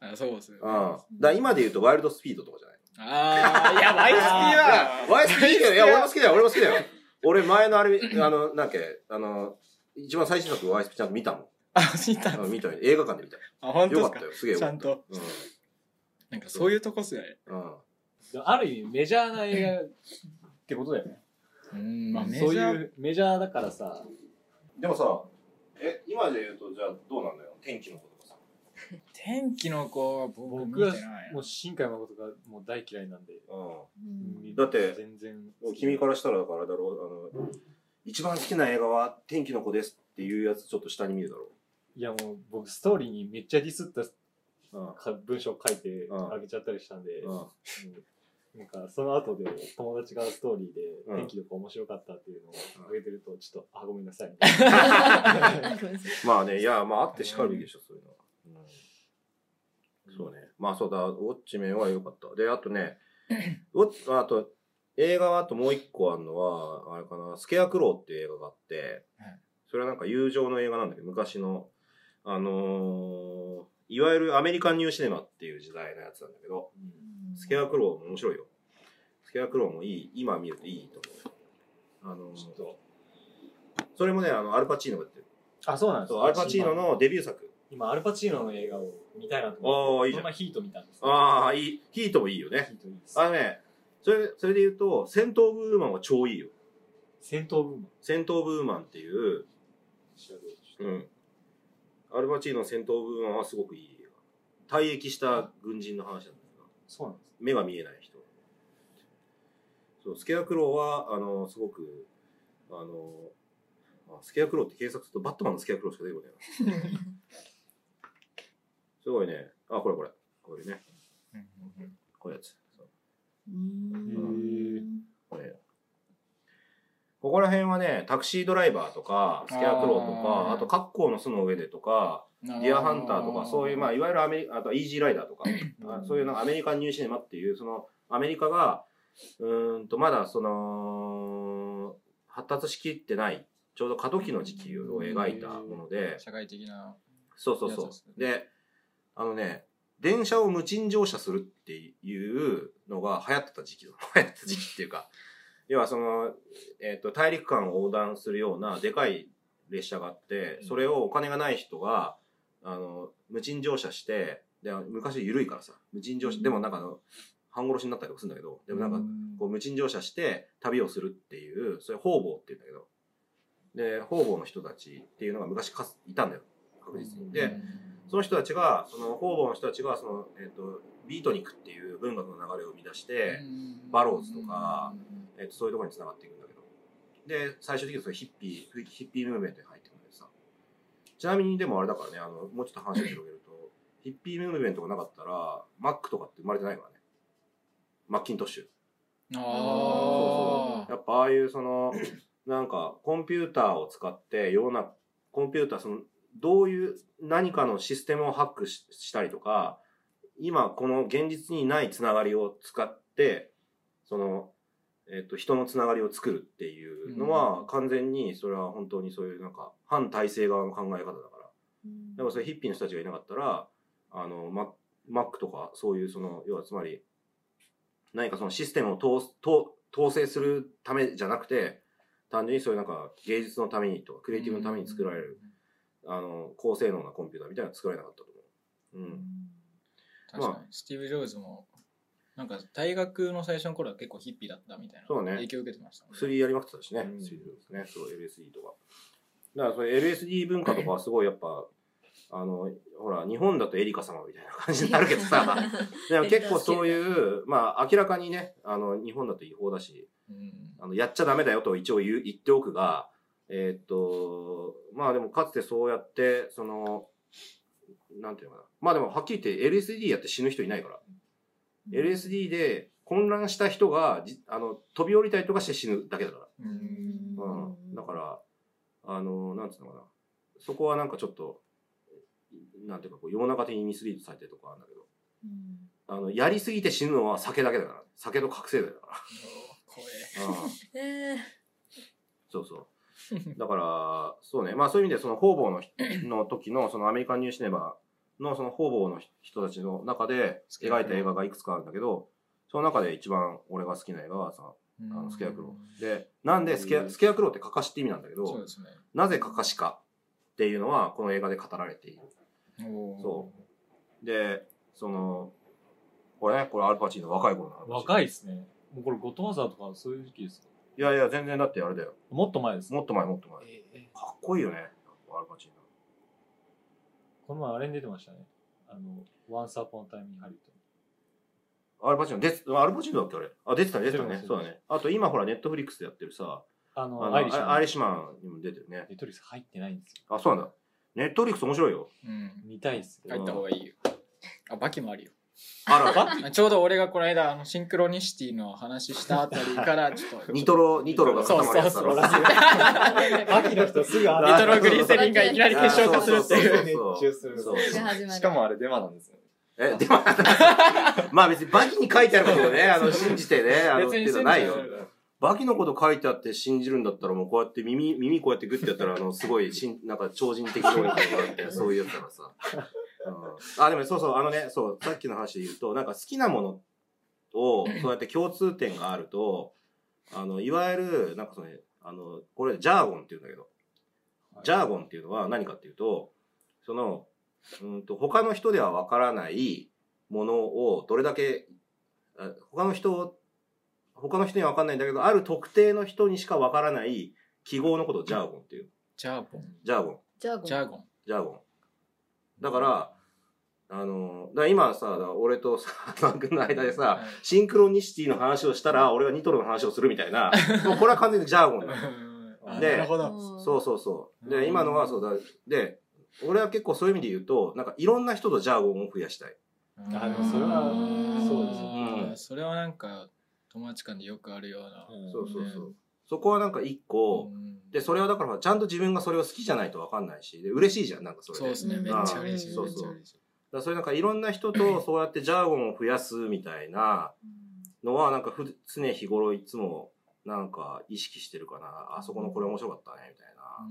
あそうですね。
うん。だから今で言うとワイルドスピードとか じゃない
ああ、いや、ワイスピは、
ワイルドスピードいいけど、いや、俺も好きだよ、俺も好き だよ。俺前のあれ、あの、なんだっけ、あの、一番最新作ワイルドスピードちゃんと見たもん。
あ、見たん
う
で
ん
す
見たよ映画館で見たよ。
あ、本当で
よ
す
か
か
ったよ、すげえよ
ち
か
ゃ
っ
んと。
た。
なんかそういうとこっすよね。
うん。うん。
でもある意味、メジャーな映画ってことだよね。
うん、まあ、メジ
そうい
ャー。
う、メジャーだからさ、
でもさ、え、今で言うと、じゃあどうなんだよ天気のことかさ。
天気の子は僕
僕
見
は
てない
も。う新海誠がもう大嫌いなんで。
うん。
うん
だって
全然。
君からしたらだからだろうあの一番好きな映画は「天気の子です」っていうやつちょっと下に見るだろ
いやもう僕ストーリーにめっちゃディスった
う、うん
か文章書いて
うん
あげちゃったりしたんで、
うん、
うんなんかその後で友達がストーリーで
うん
天気とか面白かったっていうのをあげてるとちょっと、あごめんな さい、
ごめんなさい
まあねいやまああってしかるべきでしょそういうのは、うんそうねまあそうだウォッチメンは良かったであと ねウォッチあと映画はあともう一個あるのはあれかな「スケアクロー」っていう映画があって
はい
それはなんか友情の映画なんだけど昔のあのーいわゆるアメリカンニューシネマっていう時代のやつなんだけどスケアクローも面白いよ。スケアクローもいい、今見るといいと思う。あの、
ちょっと。
それもね、あの、アルパチーノがやってる。
あ、そうなんです
そ
か
う、アルパチーノのデビュー作。
今、アルパチーノの映画を見たいなと
あ
思
あ
って、
いいじゃ
こ
ん
の前ヒート見たんですけど
ああ、いい。ヒートもいいよね。
ヒートいいです
あ。のね、それ、それで言うと、戦闘ブーマンは超いいよ。
戦闘部門。
戦闘ブーマンっていう、
調べよう
うん。アルパチーノの戦闘ブーマンはすごくいい映画。退役した軍人の話なんだけど、
そうなんですね。
目が見えない人。そう、スケアクローは、あの、すごく、あの、あスケアクローって検索するとバットマンのスケアクローしか出てこないな。すごいね。あ、これこれ。これね。
うんうんうん
こういうやつ。そう
うん
これ。ここら辺はね、タクシードライバーとか、スキャークローと
あ
か、
ー
あと、格好の巣の上でとか、
デ
ディアハンターとか、そういう、まあ、いわゆるアメリカ、あと、イージーライダーとか、あそういうなんかアメリカンニューシネマっていう、その、アメリカが、うーんと、まだ、その、発達しきってない、ちょうど過渡期の時期を描いたもので、
社会的な
そうそうそ
や
う
つです。
で、あのね、電車を無賃乗車するっていうのが流行ってた時期だ。 流行ってた時期っていうか、要はその、えっ、と、大陸間を横断するようなでかい列車があって、それをお金がない人が、あの、無賃乗車して、で昔緩いからさ、無賃乗車、でもなんかあの、半殺しになったりとかするんだけど、でもなんか、こう無賃乗車して旅をするっていう、それ方々って言うんだけど、で、方々の人たちっていうのが昔かついたんだよ、確実に。で、その人たちが、その方々の人たちが、その、えっ、と、ビートニックっていう文学の流れを生み出して、バローズとかえっ、と、そういうところに繋がっていくんだけど。で、最終的にそのヒッピー、ヒッピームーブメントに入ってくるんでさ。ちなみにでもあれだからね、あの、もうちょっと話を広げると、ヒッピームーブメントがなかったら、マックとかって生まれてないからね。マッキントッシュ。
あ
そう
あ
そうやっぱああいう そのなんかコンピューターを使って世の中コンピューターそのどういう何かのシステムをハックししたりとか今この現実にないつながりを使ってその、えっと人のつながりを作るっていうの
う
は
ん
完全にそれは本当にそういうなんか反体制側の考え方だから
うん
だからそれヒッピーの人たちがいなかったらあのママックとかそういうその要はつまり何かそのシステムを統統統制するためじゃなくて単純にそういうなんか芸術のためにとかクリエイティブのために作られる、あの高性能なコンピューターみたいなのは作られなかったと思う。うん
確かに、スティーブ・ジョブズもなんか大学の最初の頃は結構ヒッピーだったみたいな
そうね
影響を受けてましたもんね
薬やりまくってたしね、
うん
薬ですね、そう、LSD とか。だから、それ LSD 文化とかはすごいやっぱ、あの、ほら、日本だとエリカ様みたいな感じになるけ どさ、でも結構そういう、まあ、明らかにね、あの、日本だと違法だし、
うん
あの、やっちゃダメだよと一応言う言っておくが、えーっと、まあでもかつてそうやって、その、なんていうのかな。まあでもはっきり言って LSD やって死ぬ人いないから。LSD で混乱した人がじ、あの、飛び降りたりとかして死ぬだけだから。
う
うんん
うん、だから、あの、なんつうのかな。そこはなんかちょっと、なんていうかこう、世の中的にミスリードされてるとこあるんだけど、
うん
あの、やりすぎて死ぬのは酒だけだから。酒と覚 醒剤だか
怖
ら。うん
えー
そうそう。だから、そうね。まあそういう意味で、その方々の人の時の、そのアメリカンニューシネマのその方々の人たちの中で描いた映画がいくつかあるんだけど、その中で一番俺が好きな映画はさ、
え
あのスケアク
う
ロ
ん
ー。で、なんでスケア、スケアクローってカカシって意味なんだけ
そう
ど
で、すね
なぜカカシかっていうのはこの映画で語られている。
そ
そで、その、これね、これアルパチーノ若い頃のアルパチーノ
若いですね。もうこれ、ゴトーザーとかそういう時期ですか
いやいや、全然だってあれだよ。
もっと前です。
もっと前もっと前。かっこいいよね、アルパチーノ。
この前あれに出てましたね。あの、ワンサーポンタイムにハリウッ
アルパチーノ、でアルパチーノだっけあれあ、出てたね、出てた
出てま
ね
す。
そうだね。あと今ほら、ネットフリックスでやってるさ、
ド。あ
あ
の、
の
ア
ア
イリッシュ。
イリッシュマンにも出てるね。
ネットフリックス入ってないんですよ。
あ、そうなんだ。ネットフリックス面白いよ。
ううん
見たいっすけど
入った方がいいよあバキもあるよ
あらら、
ちょうど俺がこの間あのシンクロニシティの話したあたりから ちょっと
ニトロ、ニトロが固まるやつだろ。
そう
そう
バキの人すぐあ
ニトログリセリンがいきなり
あー
結晶化するっていう
そうそうそうそう
すぐ始まる
しかもあれデマなんですよね。
え、でも、 まあ別にバキに書いてあることをね、あの、信じてね、あの、っ
別
て
に
いう
信
の
じ
は
て
ないよ。バキのこと書いてあって信じるんだったらもうこうやって耳、耳こうやってグッてやったら、あ の、すごいしん、なんか超人的能力があって、そういうやつだからさ。 うんあ、でもそうそう、あのね、そう、さっきの話で言うと、なんか好きなものを、そうやって共通点があると、あの、いわゆる、なんかそのね、あの、これ、ジャーゴンって言うんだけど、ジャーゴンっていうのは何かっていうと、その、うんと、他の人ではわからないものをどれだけ、あ他の人を他の人には分かんないんだけど、ある特定の人にしか分からない記号のことをジャーゴンっていう。
ジャーボン
ジャーゴン。
ジャーゴン
ジャーゴン
ジャーゴン。だから、あの、だから今さ、だから俺とさ、 マー君の間でさ、
はい
シンクロニシティの話をしたら、俺がニトロの話をするみたいな、 もうこれは完全にジャーゴンだ。
あな
で
るほど
うん
そうそうそう。
うん
で、今のはそうだ。で、俺は結構そういう意味で言うと、なんかいろんな人とジャーゴンを増やしたい。
あでもそれは
うん
そうです
ね
うんそれはなんか友達間でよくあるような
そうそうそう。そこはなんか一個、で、それはだから、ちゃんと自分がそれを好きじゃないとわかんないし、で、嬉しいじゃん、なんかそれ
そう
で。
ですね、めっちゃ嬉しい。
うん
めっちゃ嬉しい
だからそういうなんかいろんな人 とそうやってジャーゴンを増やすみたいなのはなんかふ常日頃いつもなんか意識してるかな。あそこのこれ面白かったねみたいな。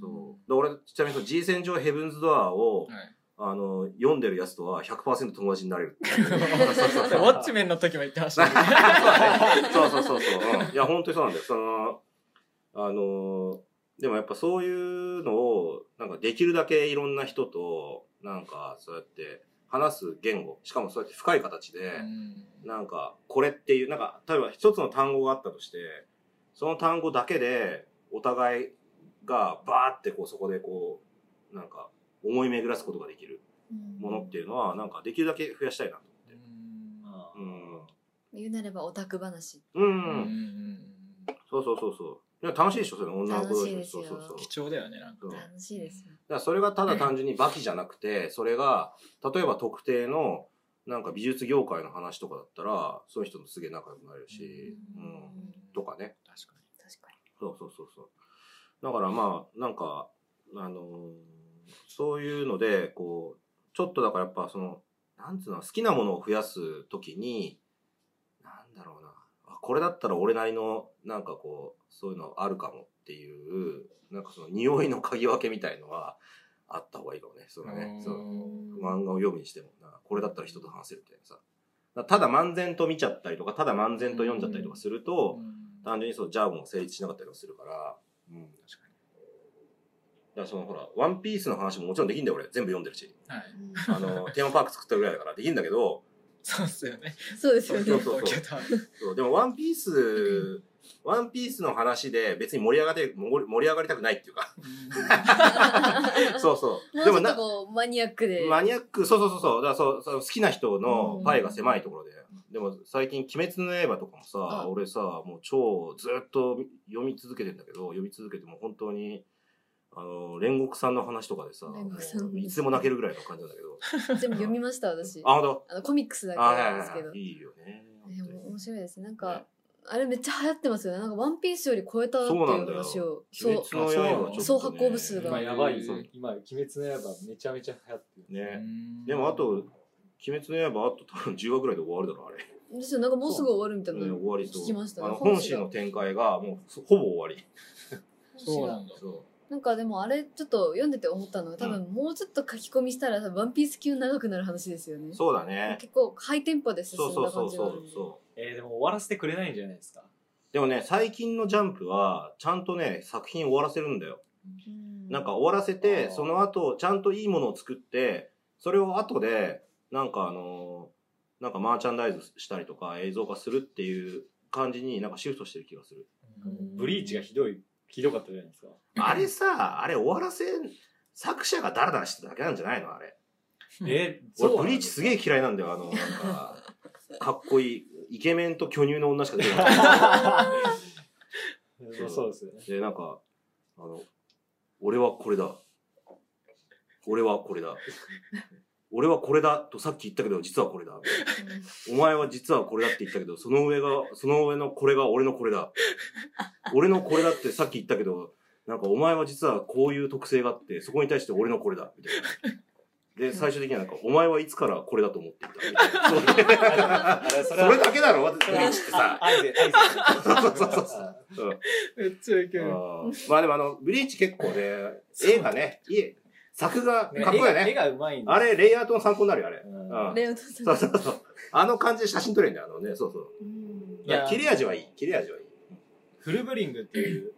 そう。で俺ちなみにその G 戦上ヘブンズドアーを
うんはい
あの読んでるやつとは100%友達になれる。
ウォッチメンの時も言ってましたね。
そうそうそうそう。うんいや本当にそうなんだよ。そのあのでもやっぱそういうのをなんかできるだけいろんな人となんかそうやって話す言語しかもそうやって深い形で。なんか、これっていう、なんか、例えば一つの単語があったとして、その単語だけで、お互いがバーってこう、そこでこう、なんか、思い巡らすことができるものっていうのは、なんか、できるだけ増やしたいなと思って。
言うなればオタク話。
うん。
う
うん。
うんん
そうそうそうそう。でも楽しいでしょ、それ、女の子同
楽し
士
いです
そう
よ
そうそう。
貴重だよね、なんか。
そう
楽しいですよ。
だからそれがただ単純にバキじゃな くて、それが、例えば特定の、なんか美術業界の話とかだったら、その人とすげえ仲良くなれるし、
う
うんん。とかね。
確かに。
確か
そうそうそうそう。だからまあ、なんか、あのーそういうので、こう、ちょっとだからやっぱその、なんつうの、好きなものを増やすときに、なんだろうな、あこれだったら俺なりの、なんかこう、そういうのあるかもっていう、なんかその匂いの嗅ぎ分けみたいのは、あった方がいいかもね。そのね、その漫画
に。
を読むにしても、なんかこれだったら人と話せるみたいなさ。だからただ漫然と見ちゃったりとか、ただ漫然と読んじゃったりとかすると、単純にそうジャーゴンも成立しなかったりもするから、うん、だ
確かに。
からそのほら、ワンピースの話ももちろんできんだよ、俺。全部読んでる し。
はい。
あの、テーマパーク作ったぐらいだからできんだけど、
そうっすよね。
そうですよ
そ
ね
う。そうそう
東京タワー
そうでもワンピース、ワンピースの話で別に盛り上がり、盛り盛り上がりたくないっていう か。そうそう。
もう
で
ちょ
も
っと
な、
こうマニアックで。
マニアック、そうそうそうそう、だからそうそう好きな人のパイが狭いところで。でも最近、鬼滅の刃とかもさ、
あ
俺さ、もう超ずっと読み続けてんだけど、読み続けても本当に、あの、煉獄さんの話とかでさ、
煉獄さん
もういつでも泣けるぐらいの感じなんだけど。
全部読みました私。
あ、ほんと
あのコミックスだけ
あ、はい
な
は
ん
い
ですけど
は。い。いいよね。
でも面白いです。なん
ね
か、あれめっちゃ流行ってますよね。なんかワンピースより超えたってい
そうな
うん
だよ
話を。そ
鬼
う。
滅の刃はちょっとね
総発行部数が
今
まあ
やばい
えー
今、鬼滅の刃めちゃめちゃ流行ってる。
ね。
うん
でもあと、鬼滅の刃あと多分10話ぐらいで終わるだろ、あれ。
ですよなんかもうすぐ終わるみたいな
ね終わりそう。
聞きました
あ
ね。
の、本誌の展開がもうほぼ終わり。
そうな
本誌が
んだ。
そ
なんかでもあれちょっと読んでて思ったのが多分もうちょっと書き込みしたら多分ワンピース級長くなる話ですよね
う。。そうだね。
結構ハイテンポで進
そうんそう
だ
そ
感
う
じが
そ
あるん
う
で。
そう。
えー、でも終わらせてくれないんじゃないですか。
でもね、最近のジャンプは、ちゃんとね、作品終わらせるんだよ。
うん
なんか終わらせて
あ、ー
その後、ちゃんといいものを作って、それを後で、なんかあのーなんかマーチャンダイズしたりとか映像化するっていう感じになんかシフトしてる気が する。
ブリーチがひどい、ひどかったじゃないですか。
あれさ、あれ終わらせ、作者がダラダラしてただけなんじゃないのあれ。
え
俺、ブリーチすげ
え。
え嫌いなんだよ。あの、なん か、かっこいい、イケメンと巨乳の女しか出てこない。
そうですよね。
で、なんか、あの、俺はこれだ。俺はこれだ。俺はこれだとさっき言ったけど、実はこれだ。お前は実はこれだって言ったけど、その上が、その上のこれが俺のこれだ。俺のこれだってさっき言ったけど、なんかお前は実はこういう特性があって、そこに対して俺のこれだ。みたいな。で、最終的にはなんか、お前はいつからこれだと思っていたみたいな。
あれ、
そ
そ
れそれだけだろ、ブリーチってさ。
アイゼ、アイゼ。
そうそうそうそう。うん
めっちゃいける。
あーまあでもあの、ブリーチ結構ね、絵がね、いい作画、かっこいいよ
絵
ね。
がうまいん
あれ、レイアウトの参考になるよ、あれ。うん
レオタさん
そうそうそう。あの感じで写真撮れるんだよ、あのね、そうそう。
うん
いや
切れ味はいい、切れ味はいい。
フルブリングっていう、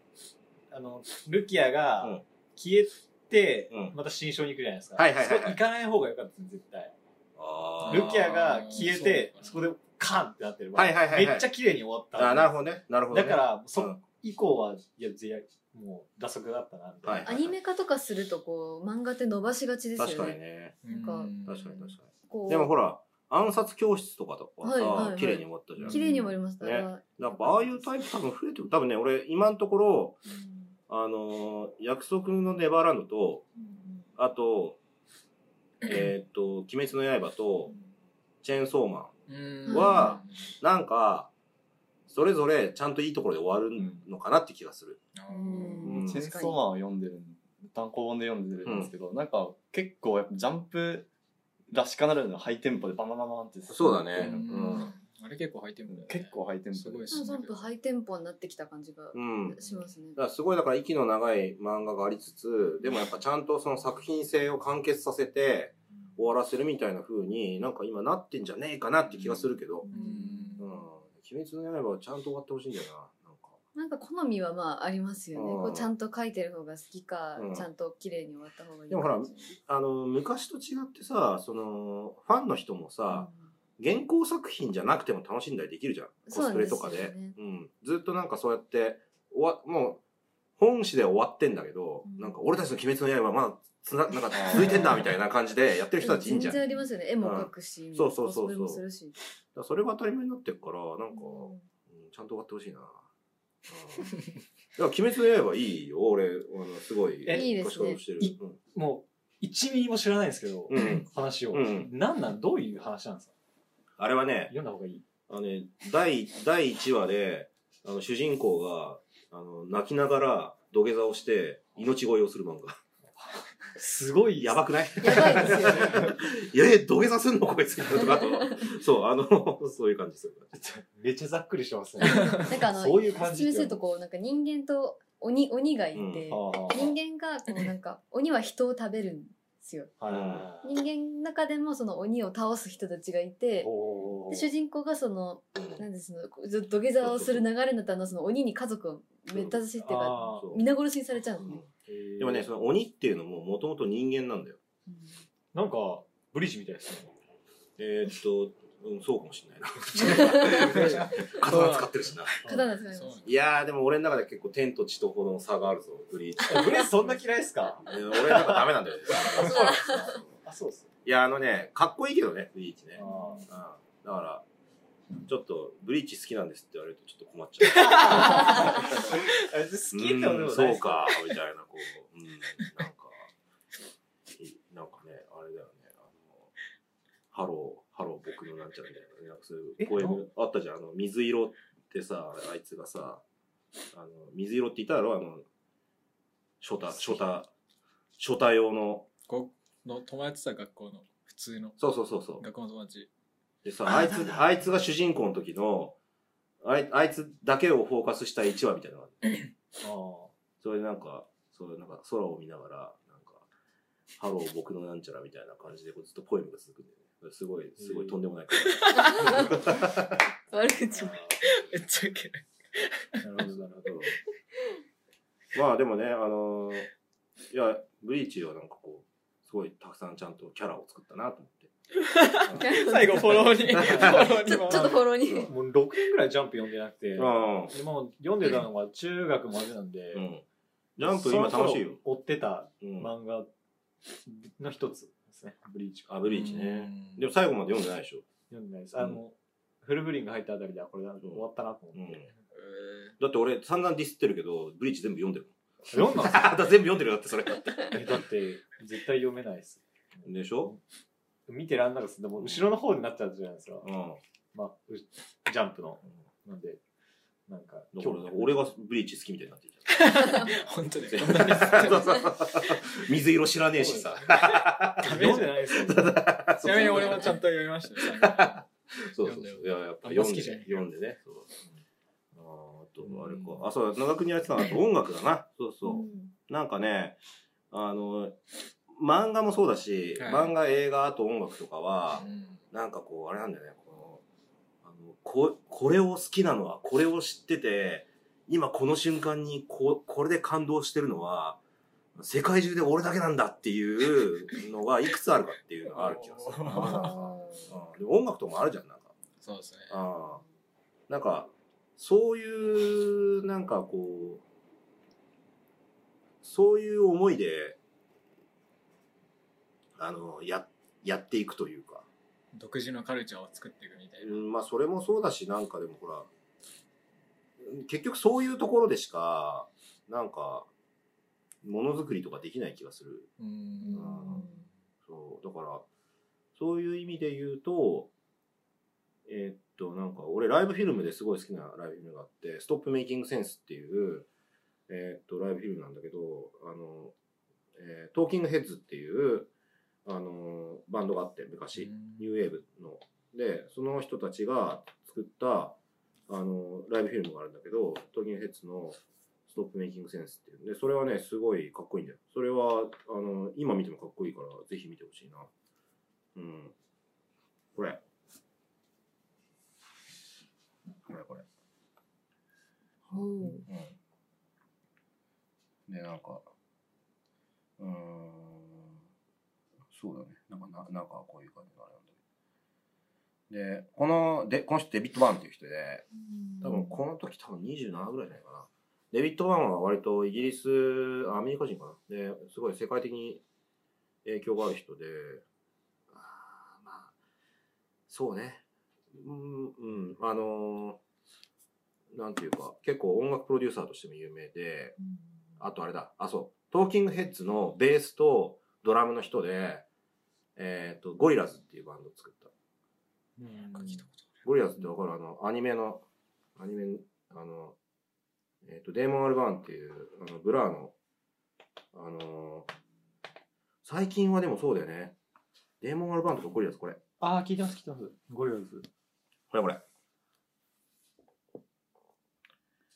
あの、ルキア
うん
が消えて
う、ん
また新章に行くじゃないですか。
はいはいはいはい
そこ行かない方が良かったです、絶対。
あ
ルキアが消えて、そこでカンってなってる。
はいはいはいはい
めっちゃ綺麗に終わった。
あーなるほどね、なるほど、
だ
ね。
から、そ、
うん
以降は、いや、ぜもう、打足だったな、みたい
は
アニメ化とかするとこう漫画って伸ばしがちですよね。
確かにね。
うん
なん
確かに確か
こ
に。
う
でもほら、暗殺教室とかとか
はいはいは
さ
い、
綺麗に終わったじゃん。
綺麗に終わりました。
ね
だから
やっぱああいうタイプ多分増えてる。多分ね、俺、今のところ、あのー約束のネバーランドと、あと、えーっと、鬼滅の刃と、チェーンソーマン。
うん
はなんか、それぞれちゃんといいところで終わるのかなって気がする。
あー
うん
うん
チェンソーマンは読んでる単行本で読んでるんですけど、なんか結構やっぱジャンプらしかなるのハイテンポでバンバンバンバンって進んで
そうだね
う
うん
んあれ結構入ってるんだよね
結構ハイテンポです
ごいっ
ジ
すね
ャンプハイテンポになってきた感じが
うん。
しますね。
だからすごいだから息の長い漫画がありつつ、でもやっぱちゃんとその作品性を完結させて終わらせるみたいな風になんか今なってんじゃねえかなって気がするけど、
うん
うん。鬼滅の刃はちゃんと終わってほしいんだよな。なんか。
なんか好みはまあありますよね。
うん
こうちゃんと書いてる方が好きか、
うん
ちゃんと綺麗に終わった方がいいか。
でもほらあの、昔と違ってさ、その、ファンの人もさ、原稿作品じゃなくても楽しんだりできるじゃん。
そ
コ
うな
ス
ん
プ
で
レ
すよ
と
ね
かで。うん。ずっとなんかそうやって、終わ、もう、本誌で終わってんだけど、
うん
なんか俺たちの鬼滅の刃はまだつな、なんか続いてんだみたいな感じでやってる人たちいいんじゃん。
全
だ
然あり
か
ますよね。絵も描くし、
んそうそうそうそう
コスプレもするし。
らそれが当たり前になってるから、なんか、
うん
うんちゃんと終わってほしいな。うんだから鬼滅の刃いいよ、俺、あの、すごい。
え
いいですね
年越し方してる
いもう、1ミリも知らないんですけど、
うんうん。
話を。
うん
なんなんどういう話なんですか
あれはね、
読んだ方がいい
あのね、第、第1話で、あの、主人公が、あの、泣きながら土下座をして、命乞いをする漫 画。
すごい
やばくない
や ばいですよね。
え、土下座すんのこいつ とか、あとそう、あの、 そういう感じする。
めっちゃざっくりしてますね。
なんか あの、
そういう感じ
説明するとこう、なんか人間と鬼、鬼がいて、
うん
人間がこうなんか、鬼は人を食べるんですよ。
はいはいは
人間の中でもその鬼を倒す人たちがいて
い。、お
で
ー
主人公がその、なんですの、こうずっと土下座をする流れになったのは、その鬼に家族をめった刺しっていうか、
あ
そう
皆殺しにされちゃうんですね。
うんでもね、その鬼っていうのも、もともと人間なんだよ。
なんか、ブリッジみたいですね。
えーっと、うん、そうかもしれない な。刀使ってるしな。
刀使います
そう。なんだ
いやー、でも俺の中で結構天と地とほどの差があるぞ、ブリーチ。
ブリッジそんな嫌いですか
えー俺なんかダメなんだよね。
あ、そうっす。
いや、あのね、かっこいいけどね、ブリーチね。
あー
うんだから、ちょっと、ブリーチ好きなんですって言われるとちょっと困っちゃう。
あ 好きってことでも
う
なんいで
そう
すか
か、みたいな、こう、うん、なんか、いなんかね、あれだよね、あの、ハロー、ハロー僕のなんちゃらみたいなね、なんかそういうポエムあったじゃん、あの、水色ってさ、あいつがさ、あの、水色って言っただろ、あの、ショタ、ショタ、ショタ用の、
この友達さ学校の普通の
そうそうそうそう。
学校の友達
でさ、あいつ、あいつが主人公の時の、あいあいつだけをフォーカスした1話みたいなのがあるそれでなんか、そうなんか空を見ながら、なんか、ハロー僕のなんちゃらみたいな感じで、こうずっとポエムが続くんだよね。すごい、すごいとんでもない感じ。
悪口。
めっちゃ嫌い
あーなるほど、なるほど。
うんまあでもね、あのーいや、ブリーチはなんかこう、すごいたくさんちゃんとキャラを作ったなと思って。
最後フォロー にフォロー
ち
に
ょ
も
ちょっとフォローに。
もう6年ぐらいジャンプ読んでなくて、
うん
でも読んでたのが中学までなんで、
うん。ジャンプ今楽しいよ。
追ってた
うん。
漫画の一つですね、ブリーチが。
あ、ブリーチね。
うん
でも最後まで読んでないでしょ。
読んでないです。あの、フルブリンが入ったあたりではこれだ終わったなと
う
思っ
ん
て。。
え
だって俺散々ディスってるけど、ブリーチ全部読ん でる。
読んだんです
あだ全部読んでるよだってそれ。
えだって、絶対読めないです。
でしょ
見てらんなかったです。でも、後ろの方になっちゃうじゃないですか。
うん。
まあ、うジャンプの。なんで、なんか、
だから俺がブリーチ好きみたいになってる じ
ー本当に
ゃんそうそうそう。水色知らね えしさ。
読んでないです よ、ね。
ちなみに俺もちゃんと読みましたよ
そうそうそう。いや、やっぱ読ん
あんま好
で、
きじゃない
読んでね。そうあーあと、あれか。あ、そうだ、長国やってたのはあと音楽だな。そうそう。なんかね、あの、漫画もそうだし、
はい
漫画、映画、あと音楽とかは
う、ん
なんかこう、あれなんだよね、この、あの、こ、これを好きなのは、これを知ってて、今この瞬間にこ、これで感動してるのは、世界中で俺だけなんだっていうのがいくつあるかっていうのがある気がする。うんでも音楽とかもあるじゃん、なんか。
そうですね
あーなんか、そういう、なんかこう、そういう思いで、あの、や、やっていくというか。
独自のカルチャーを作っていくみたいな
うん、まあそれもそうだしなんかでもほら結局そういうところでしかなんかものづくりとかできない気がする
うん
そうだからそういう意味で言うとえーっと、なんか、俺、ライブフィルムですごい好きなライブフィルムがあって、ストップメイキングセンスっていう、えーっと、ライブフィルムなんだけど、あの、えートーキングヘッズっていう、あの、バンドがあって、昔。ニューウェーブの。で、その人たちが作った、あの、ライブフィルムがあるんだけど、トーキングヘッズのストップメイキングセンスっていう。で、それはね、すごいかっこいいんだよ。それは、あの、今見てもかっこいいから、ぜひ見てほしいな。うん。これ。これこれ。
うん
うん。で、なんか、うーん、そうだね。なんか、ななんかこういう感じのあれなんだね。で、この、で、この人デビッド・バーンっていう人で、多分この時多分27ぐらいじゃないかな。デビッド・バーンは割とイギリス、あアメリカ人かな。で、すごい世界的に影響がある人で、あーまあ、そうね。うん、うん、あのーなんていうか、結構音楽プロデューサーとしても有名で、あとあれだ、あ、そう、トーキングヘッズのベースとドラムの人で、えっ、と、ゴリラズっていうバンドを作った。ゴリラズってわかるあの、アニメの、アニメ、あの、えっ、と、デーモン・アルバーンっていう、あの、ブラーの、あのー最近はでもそうだよね。デーモン・アルバーンとかゴリラズ、これ。
ああ、聞いてます、聞いてます。ゴリラズ。
これこれ。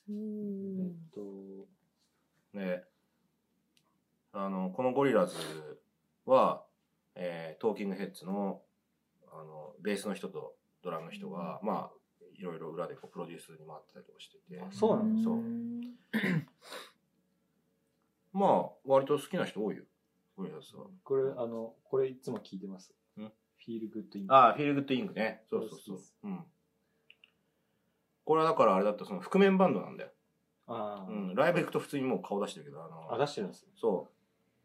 うん
と、
で、あの、このゴリラズは、えートーキングヘッズの、あの、ベースの人とドラムの人が、まあ、いろいろ裏でこうプロデュースに回ってたりとかしてて、
そうなん
そうまあ、割と好きな人多いよ、ゴリラズは。
これ、あの、これいつも聞いてます。
ん
フィールグッドイン。
ああ、フィールグッドイングね。そうそうそう。うん。これはだからあれだった、その覆面バンドなんだよ。
あ
う
ー
ん、ライブ行くと普通にもう顔出してるけど、あの、
あ、出してるんです。
そ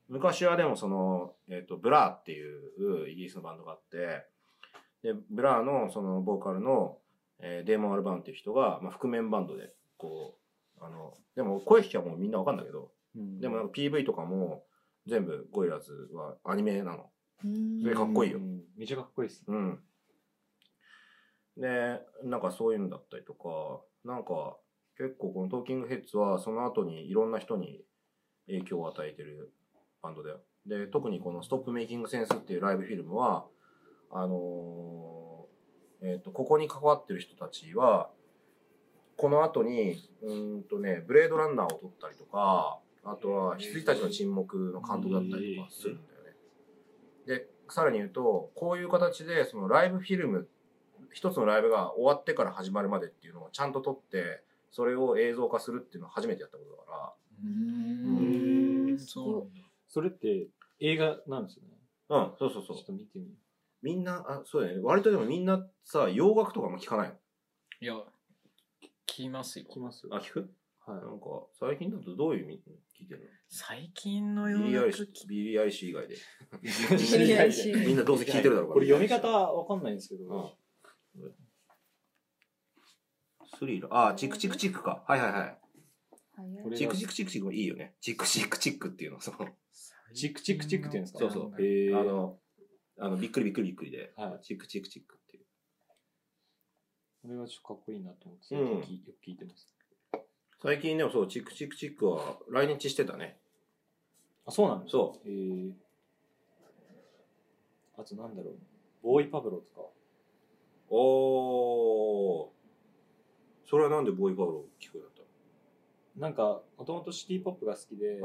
う。昔はでもその、えっ、と、ブラーっていうイギリスのバンドがあって、で、ブラーのそのボーカルの、えーデーモン・アルバーンっていう人が、まあ、覆面バンドで、こう、あの、でも声聞きはもうみんなわかんだけど、でもなんか PV とかも全部ゴリラズはアニメなの。
うん
それかっこいいよ
う。ん。めちゃかっこいいです。
うん。で、なんかそういうのだったりとか、なんか結構このトーキングヘッズはその後にいろんな人に影響を与えてるバンドだよ。で、特にこのストップメイキングセンスっていうライブフィルムは、あのーえっ、と、ここに関わってる人たちは、この後に、うーんとね、ブレードランナーを撮ったりとか、あとは羊たちの沈黙の監督だったりとかするんだよね。で、さらに言うと、こういう形で、そのライブフィルム、一つのライブが終わってから始まるまでっていうのをちゃんと撮って、それを映像化するっていうのは初めてやったことだか
うんそうなんだ
それって映画なんですよね。
ら。うん、そうそう
ちょっと見てみよ
みんな、あ、そうだよね。割とでもみんなさ、洋楽とかも聞かない
いや聞きますよ
う。聞きます
の。あ、聞く
はい
な。んか、最近だとどういうみ聞いてる
最近の
の
よ
ビリー・アイリッシ
聞
ュ、ビリー・アイリッシュ以外で。
知り合いし
みんなどうせ聞いてるだろうから。
これ読み方わかんないんですけど、
うんスリラー。あ、チクチクチクか。はいはいはい。
これ
チ
が
クチクチクチクもいいよね。チクチクチクっていうの、その、
チクチクチクって言うんですか
そうそう
へー
あの、あの、びっくりびっくりびっくりで、
はい。
チクチクチクっていう。
これはちょっとかっこいいなと思って、
う
最
ん
近よく聞いてます。
最近でもそう、チクチクチクは来日してたね。
あ、そうなんですか
そ
へえ。あとなんだろう。ボーイパブロとか。
う。おー。それはなんでボーイパウロ聞くように
なんか、もともとシティポップが好きで、
なっ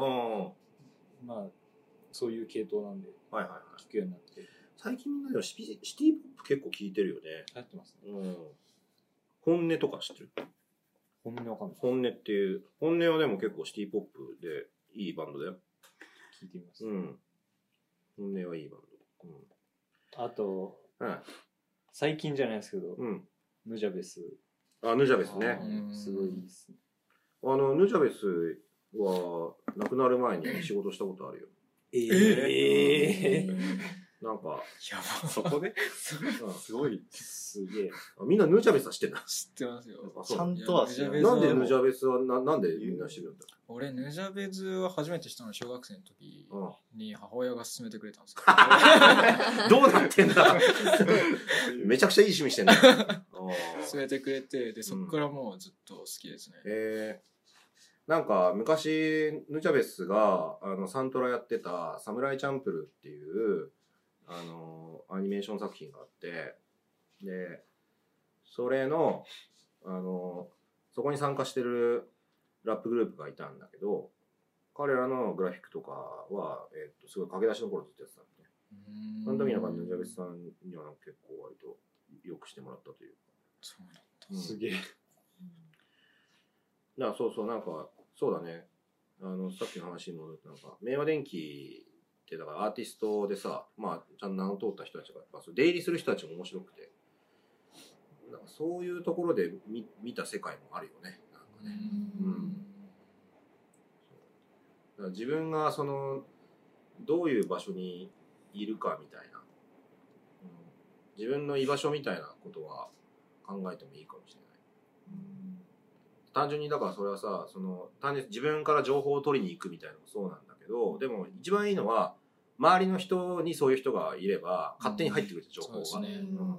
た
まあ、そういう系統なんで、
のうん。はいはいはい。
聞くようになって、
最近みんなでもシピシティポップ結構聞いてるよね。
流行ってますね。
うん。本音とか知ってる
本音わかんない。
本音っていう、本音はでも結構シティポップでいいバンドだよ。
聞いてみます。
うん。本音はいいバン
あと、
ド。
最近じゃないですけど、
うん。うん。
ヌジャベス。
あ、ヌジャベスね。
うんすごいいいですね。
あの、ヌジャベスは亡くなる前に仕事したことあるよ。
ええ
なんか、
やば
そこで
う
すごい。
すげえ。
ん、みんなヌージャベスは知 ってんだ。
知ってますよ。
あ
ち
そう
ゃんとは知ら
いや
なんで
ヌ
ヌージャベスはな、なんでみんな知るんだ
俺、ヌジャベズは初めてしたの小学生の時
うん
に母親が勧めてくれたんですよ。
どうなってんだ めちゃくちゃいい趣味してんだ。うん
勧めてくれて、で、そっからもうずっと好きですね。
えー、なんか昔、ヌチャベスがあのサントラやってた、サムライチャンプルっていう、あのアニメーション作品があって、で、それの、あのそこに参加してるラップグループがいたんだけど、彼らのグラフィックとかは、えっと、すごい駆け出しの頃ずっとやってたんで、
うん
その時なんかヌチャベスさんには結構割とよくしてもらったという
そうなんだ
うん
すげえ。
だからそうそうなんかそうだねあのさっきの話に戻ってなんか明和電機ってだからアーティストでさまあちゃんと名の通った人たちがやっぱそう出入りする人たちも面白くてなんかそういうところで見見た世界もあるよねなんかね
うん
うんだから自分がそのどういう場所にいるかみたいな、うん自分の居場所みたいなことは考えてもいいかもしれない、単純にだからそれはさその単純に自分から情報を取りに行くみたいなのもそうなんだけどでも一番いいのは周りの人にそういう人がいれば勝手に入ってくる情報が、
そうですね
うん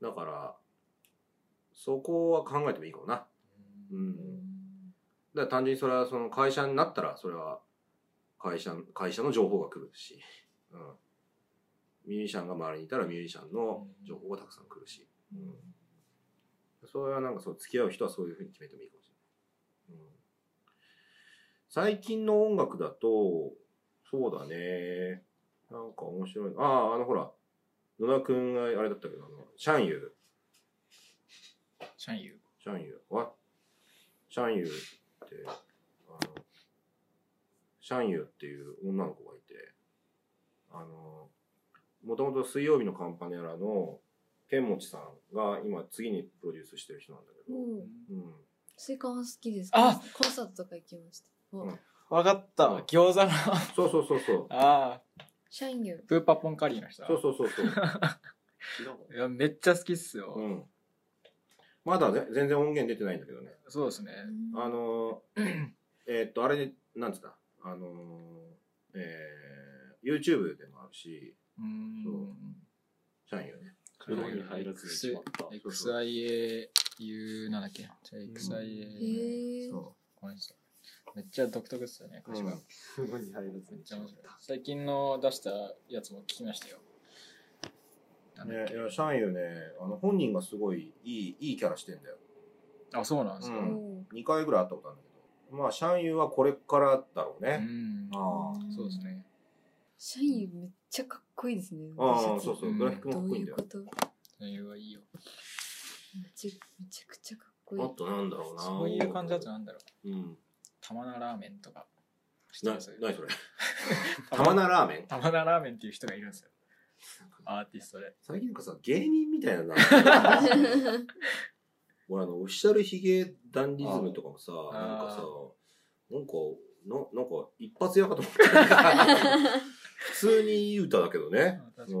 だからそこは考えてもいいかもなうんだから単純にそれはその会社になったらそれは会社会社の情報が来るし、 うん、ミュージシャンが周りにいたらミュージシャンの情報がたくさん来るし、うん、それはなんかそう付き合う人はそういうふうに決めてもいいかもしれない、うん、最近の音楽だとそうだねなんか面白いあああのほら野田君があれだったけどあのシャンユー
シャンユ
シャンユーはシャンユーって、あの、シャンユーっていう女の子がいて、あの、もともと水曜日のカンパネラの剣持さんが今次にプロデュースしてる人なんだけど、うん。
スイカは好きです
あ
コンサートとか行きました
ん
わかった
うん
餃子の。
そうそうそうそう。
ああ、
シャインユ
プーパーポンカリーの人だ
そうそうそうそう。
いや、めっちゃ好きっすよ。
うん。まだね、全然音源出てないんだけどね。
そうですね。
あ のーえーっと、あれで、なんつったあのー、えー、YouTube でもあるし、
うん
そうシャンユーね。
ブログに入らずにしまった。
XIAU なんだっけじゃあ XIA
へえ
そ
この人めっちゃ独特っすよね歌詞が、
うん
すごい入らず
めっ
に
ちゃ面白い最近の出したやつも聞きましたよなんだっ
ね、
け
いやシャンユーねあの本人がすごいいいいいキャラしてんだよ
あそうなんですか、
う
お
ん
ー
2回ぐらい会ったことあるんだけどまあシャンユーはこれからだろう
う
ね、
ん
ああ
そうですね
シャインユめっちゃかっこいいですね
ああ
シャツ
そうそう
うん
グラフィックもか
ど
っこ
う
いい
い
んだ
う
よ
ことめ
理由はいいよ
ちゃめちゃくちゃかっこいい
あ となんだろうな
そういう感じだとなんだろう
うん
玉名ラーメンとか知って
な
ます
何それ玉名ラーメン
玉名ラーメンっていう人がいるんですよアーティストで
最近なんかさ芸人みたいなな 俺あのオフィシャルヒゲダンディズムとかもさ
あ
なんかさ
あ
なんかななんか一発屋かと思って普通にいい歌だけど
あ
ね
確かに
うん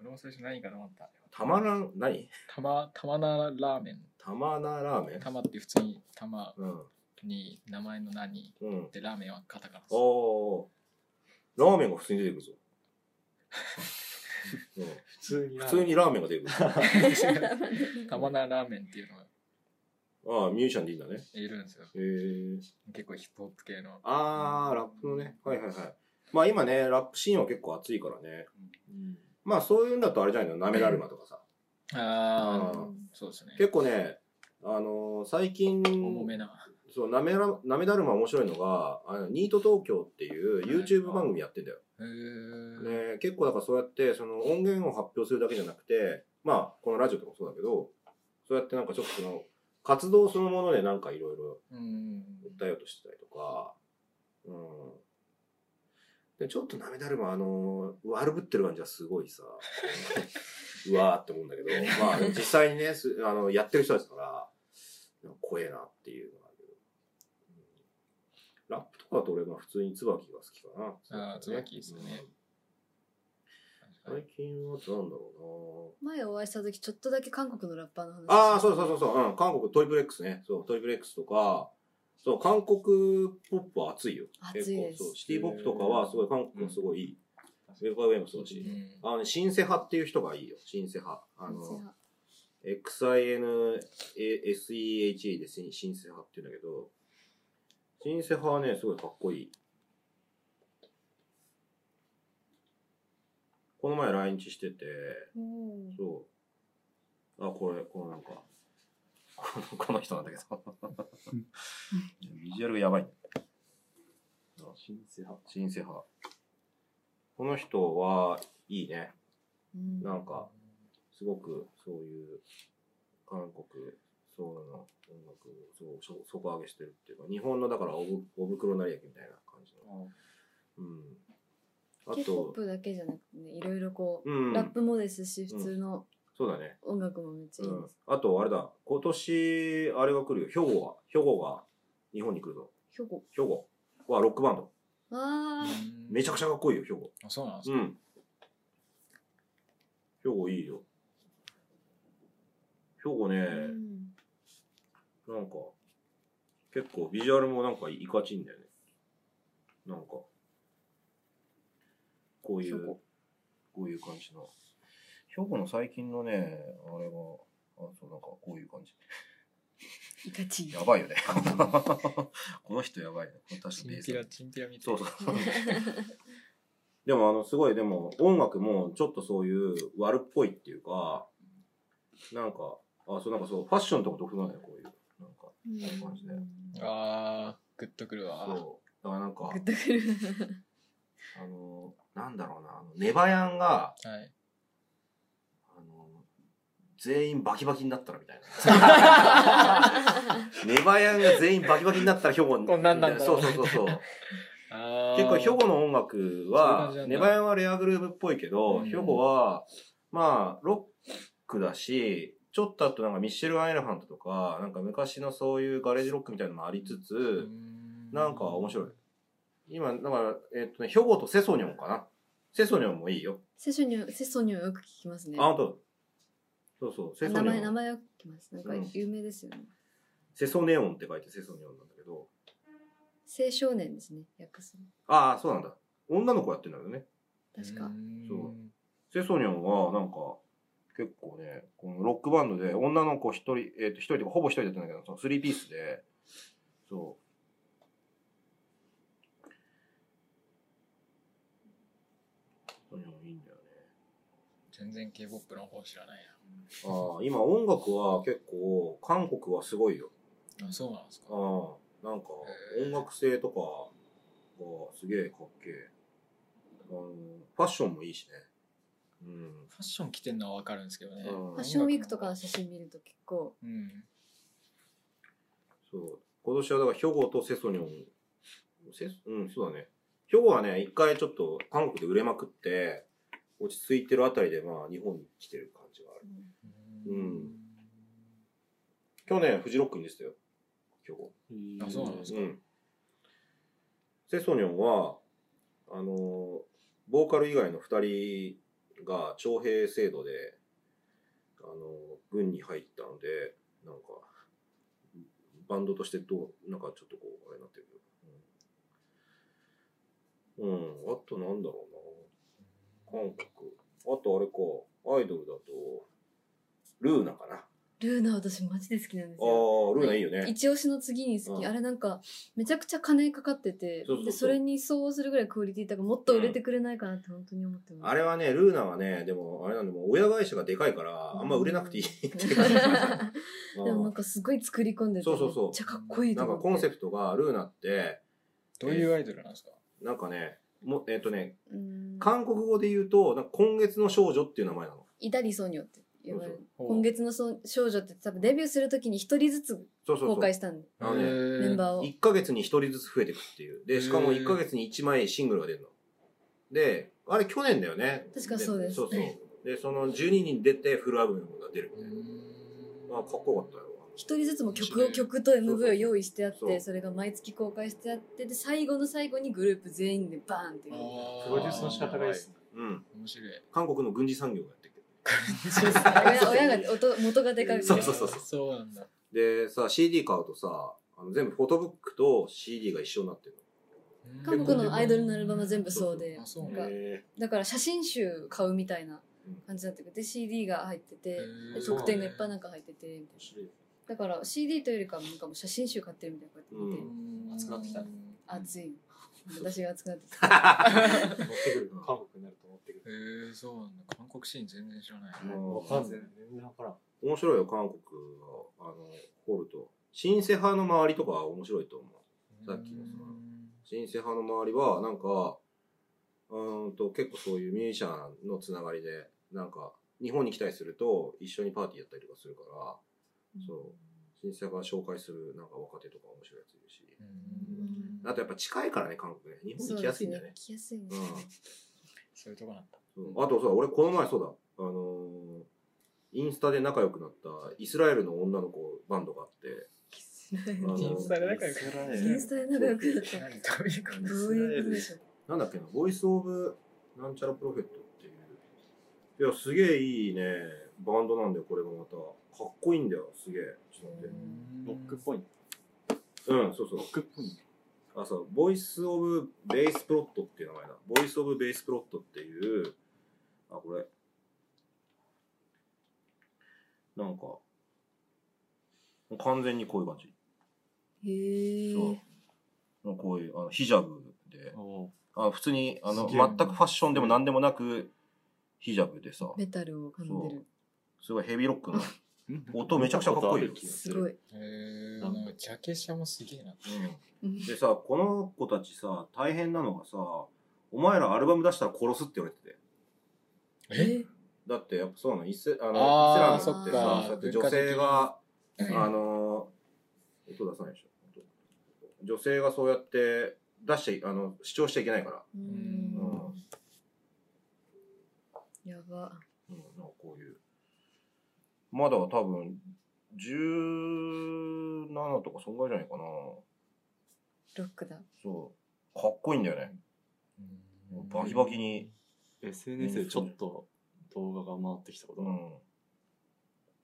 俺も最初何かと思った
たまらん何
玉玉名ラーメン
たまなラーメン
玉って普通に玉
うん。
に名前の何に
うん。
でラーメンはカタカナです
おー。ラーメンが普通に出てくる ぞ。うん
普通に
普通にラーメンが出てくるぞ。
たまなラーメンっていうのが
ああ、ミュージシャンでいいんだね。
いるんですよ
へえ。
結構ヒップホップ系の
ああ、ラップのね。はいはいはい。まあ今ね、ラップシーンは結構熱いからね。まあそういうんだとあれじゃないの、なめだるまとかさ。
あ
う
あ
ん
そうですね
結構ね、あのー最近、
重めな
そう、なめら、なめだるま面白いのが、あの、ニート東京っていう YouTube 番組やってんだよ。
へえ
ね、結構だからそうやってその音源を発表するだけじゃなくてまあこのラジオとかもそうだけどそうやってなんかちょっとその活動そのものでなんかいろいろ
うん
訴えようとしてたりとかうんでちょっとなめだるまあの悪ぶってる感じはすごいさ うわーって思うんだけどまあ実際にねすあのやってる人たちだからなんか怖えなっていうのがあるけど、うんラップとかだと俺は普通に椿が好きかな
あー椿いいっすね
うん最近はなんだろ
前お会いした時ちょっとだけ韓国のラッパーの話
うなああーそうそうそうそう、うん、韓国トイプレックスねそうトイプレックスとかそう韓国ポップは熱いよ
熱いです
そうシティポップとかはすごい韓国もすごいいい、ウェブウェイもそうだし、あのね、シンセ派っていう人がいいよシンセ派あの XINSEHE でシンシンセ派って言うんだけど、シンセ派はね、すごいかっこいい。この前来日してて、
うん
そう。あ、これ、このなんか、この この人なんだけど。 ビジュアルがやばい。
新生派。
シンセ派。この人は、いいね。
うん
なんか、すごくそういう韓国、ソウルの音楽をそうそ底上げしてるっていうか、日本のだからおぶお袋なりやきみたいな感じの。うん。あと、
K-POP だけじゃなくてねいろいろこ
う
う、
ん
ラッ、プもですし普通の
そうだね。
音楽もめっちゃ
う
いいで
ん。あと、あれだ、今年、あれが来るよ。兵庫は、兵庫が日本に来るぞ。
す、兵庫
兵庫はロックバンド。
あー
めちゃくちゃかっこいいよ、兵庫。
ゃそうなんです
う
か
ん。兵庫いいよ。兵庫ね、
うん
なんか、結構ビジュアルもなんかいかちいんだよね。なんか、こういう、こういう感じの。兵庫の最近のね、あれが、あ、そうなんかこういう感じ。
いかちい
やばいよね。この人やばいね。これ確か
チ
ベ
ン
ー
ピラ
ス。
チンピラみた
そ
いうな
そう。でもあの、すごい、でも音楽もちょっとそういう悪っぽいっていうか、なんか、あ、そうなんかそう、ファッションとか独特なんだよ、こういう。なんか、
うん
感じだ
う
よ
ん
あーグッとくるわ
そう。だからなんか
グ、ッとくる
あの、なんだろうな、あの、ネバヤンが、
はい
あの、全員バキバキになったらみたい な。ネバヤンが全員バキバキになったら兵庫に。
こんなんなんだろう
そうそうそうそう。
あ
結構兵
庫
庫の音楽
そういう感
は
じなん、だ
ネバヤンはレアグルーヴっぽいけど、
うん
兵庫は、まあ、ロックだし、ちょっとあとなんかミッシェル・アイルハントとか、なんか昔のそういうガレージロックみたいなのもありつつ、なんか面白い。今、だから、えっとね、兵庫とセソニョンかな。セソニョンもいいよ。
セソニョンセソニョンよく聞きますね
あ、本当。そうそう、セソ
名前
ニョ
名
ン。
前よく聞きますなんか
うん
有名ですよね
セソネオンって書いてセソニョンなんだけど。
青少年ですね訳す
ああ、そうなんだ。女の子やってんだよね。
確か
そうセソニョンはなんか、結構ね、このロックバンドで女の子一人、えっ、と一人とかほぼ一人だったんだけど、そのスリーピースで、そう。セソニョンいいんだよね。
全然 K-POP の方知らない
ああ、今音楽は結構、韓国はすごいよ。
なあそうなんですか
ああ、なんか
へえ
音楽性とかがすげえかっけえ。あの、ファッションもいいしね。うん。
ファッション着てんのはわかるんですけどね
うん
ファッションウィークとかの写真見ると結構
うん
そう。今年はだから兵庫とセソニョン。セソうん、そうだね。兵庫はね、一回ちょっと韓国で売れまくって、落ち着いてるあたりでまあ日本に来てる感じがある。うん去年フジロックに出てたよ。兵庫。
あそうなんですか
うん。セソニョンは、あの、ボーカル以外の2人が徴兵制度で、あの、軍に入ったので、なんか、バンドとしてどう、なんかちょっとこう、あれになってるけど。うん、うんあとなんだろうな。韓国。あとあれか、アイドルだと、ルーナかな。あ
ルーナ私マジで好きなんです
あ
よ
ー、ルーナいいよね。
一押しの次に好き、
うん
あれなんかめちゃくちゃ金かかってて
そうそうそう
でそれに相応するぐらいクオリティ高いもっと売れてくれないかなって本当に思ってます、
あれはね、ルーナはね、でも、あれなんで、もう親会社がでかいから、あんま売れなくていいっ ていう感 じ。
でも
う
なん
ん
かすごい作り込んでて
そうそうそう
めっちゃかっこいいと
なん
思
か
って
コンセプトが、ルーナって、
どういうアイドルなんですか
なんかね、もえっ、とね、
うん
韓国語で言うと、なんか今月の少女っていう名前なの。
イダリソニョって言われる
ほう
今月のそ少女って多分デビューするときに一人ずつ
そうそう
公
そう
開。したんで
あのね、
メンバーを
1ヶ月に1人ずつ増えていくっていう。で、しかも
へー
1ヶ月に1枚シングルが出るの。で、あれ去年だよね。
確かそうです
そうそう。で、その12人出てフルアルバムが出るみたいな。あ、かっこよかったよ。
一人ずつも曲
面白
を
い
曲と MV を用意してあって
そ
そう
そう
れが毎月公開してあってで最後の最後にグループ全員でバーンっていう
プ
プロデュースの仕方がいいですね。
うん。
面白い。
韓国の軍事産業をやってる
親親が音元がでかいみたい
そ
な
うそうそうそう
そうなんだ。
でさ CD 買うとさあの全部フォトブックと CD が一緒になってる
韓国のアイドルのアルバムは全部そうで
あ、そうなん
なん
だ。
か
へ
だから写真集買うみたいな感じになってくるで CD が入っててで特典がいっぱい
い。
なんか入っててみたいなだから CD というよりかはなんかもう写真集買ってるみたいなこうやって見て、
うん
熱くなってきた。
熱い私が熱くなってきた
持ってくる韓国になると持ってく
へ
る
え、そうなんだ。韓国シーン全然知らない。
ー
わかんない全然わからん
面白いよ韓国はあの掘るとシンセ派の周りとかは面白いと思うさっきのそのシンセ派の周りはなんかうーんと結構そういうミュージシャンのつながりでなんか日本に来たりすると一緒にパーティーやったりとかするから、そうシンセ派が紹介するなんか若手とか面白いやついるし、
うん
あとやっぱ近いからね韓国ね日本に来やすいんだよね
そうですね来やすいん
う
ですね、
そういうとこなんだ。
んそうあとさ俺この前そうだあのーインスタで仲良くなったイスラエルの女の子バンドがあって、あのー
インスタで仲良く
インスタで仲良くなった
何どういうこと
どういうことでしょう
なんだっけな、ボイス・オブ・なんちゃらプロフェットっていう。いや、すげえいいね、バンドなんだよ、これがまた。かっこいいんだよ、すげえ。ちょっと待って。
ロックっぽい。
うん、そうそう
ロ。ックっぽい。
あ、そう、ボイス・オブ・ベース・プロットっていう名前だ。ボイス・オブ・ベース・プロットっていう、あ、これ。なんか、もう完全にこういう感じ。
へえ
そう。もうこういう、あの、ヒジャブで、
お
あ普通に、あの、
すげ
全
え
くファッションでも何でもなく、ヒジャブでさ、
メタルを噛んでる
すごいヘビーロックの音めちゃくちゃかっこいいよ。
すごい
へえ、なんかジャケ写もすげえな。
うんでさ、この子たちさ、大変なのがさ、お前らアルバム出したら殺すって言われてて。
え
だってやっぱそうなの、イスあの
あー
イスラムって
そっ
さ
か、
だって女性が、
うん
あの、音出さないでしょ。音女性がそうやって出して、あの、主張しちゃいけないから。
う
うんん。うん
やば
なんかこういう。まだ多分、17とかそんぐらいじゃないかな。
ロックだ
そう。かっこいいんだよね。バキバキに。
ー SNS でちょっと動画が回ってきたこと
う
が
ん。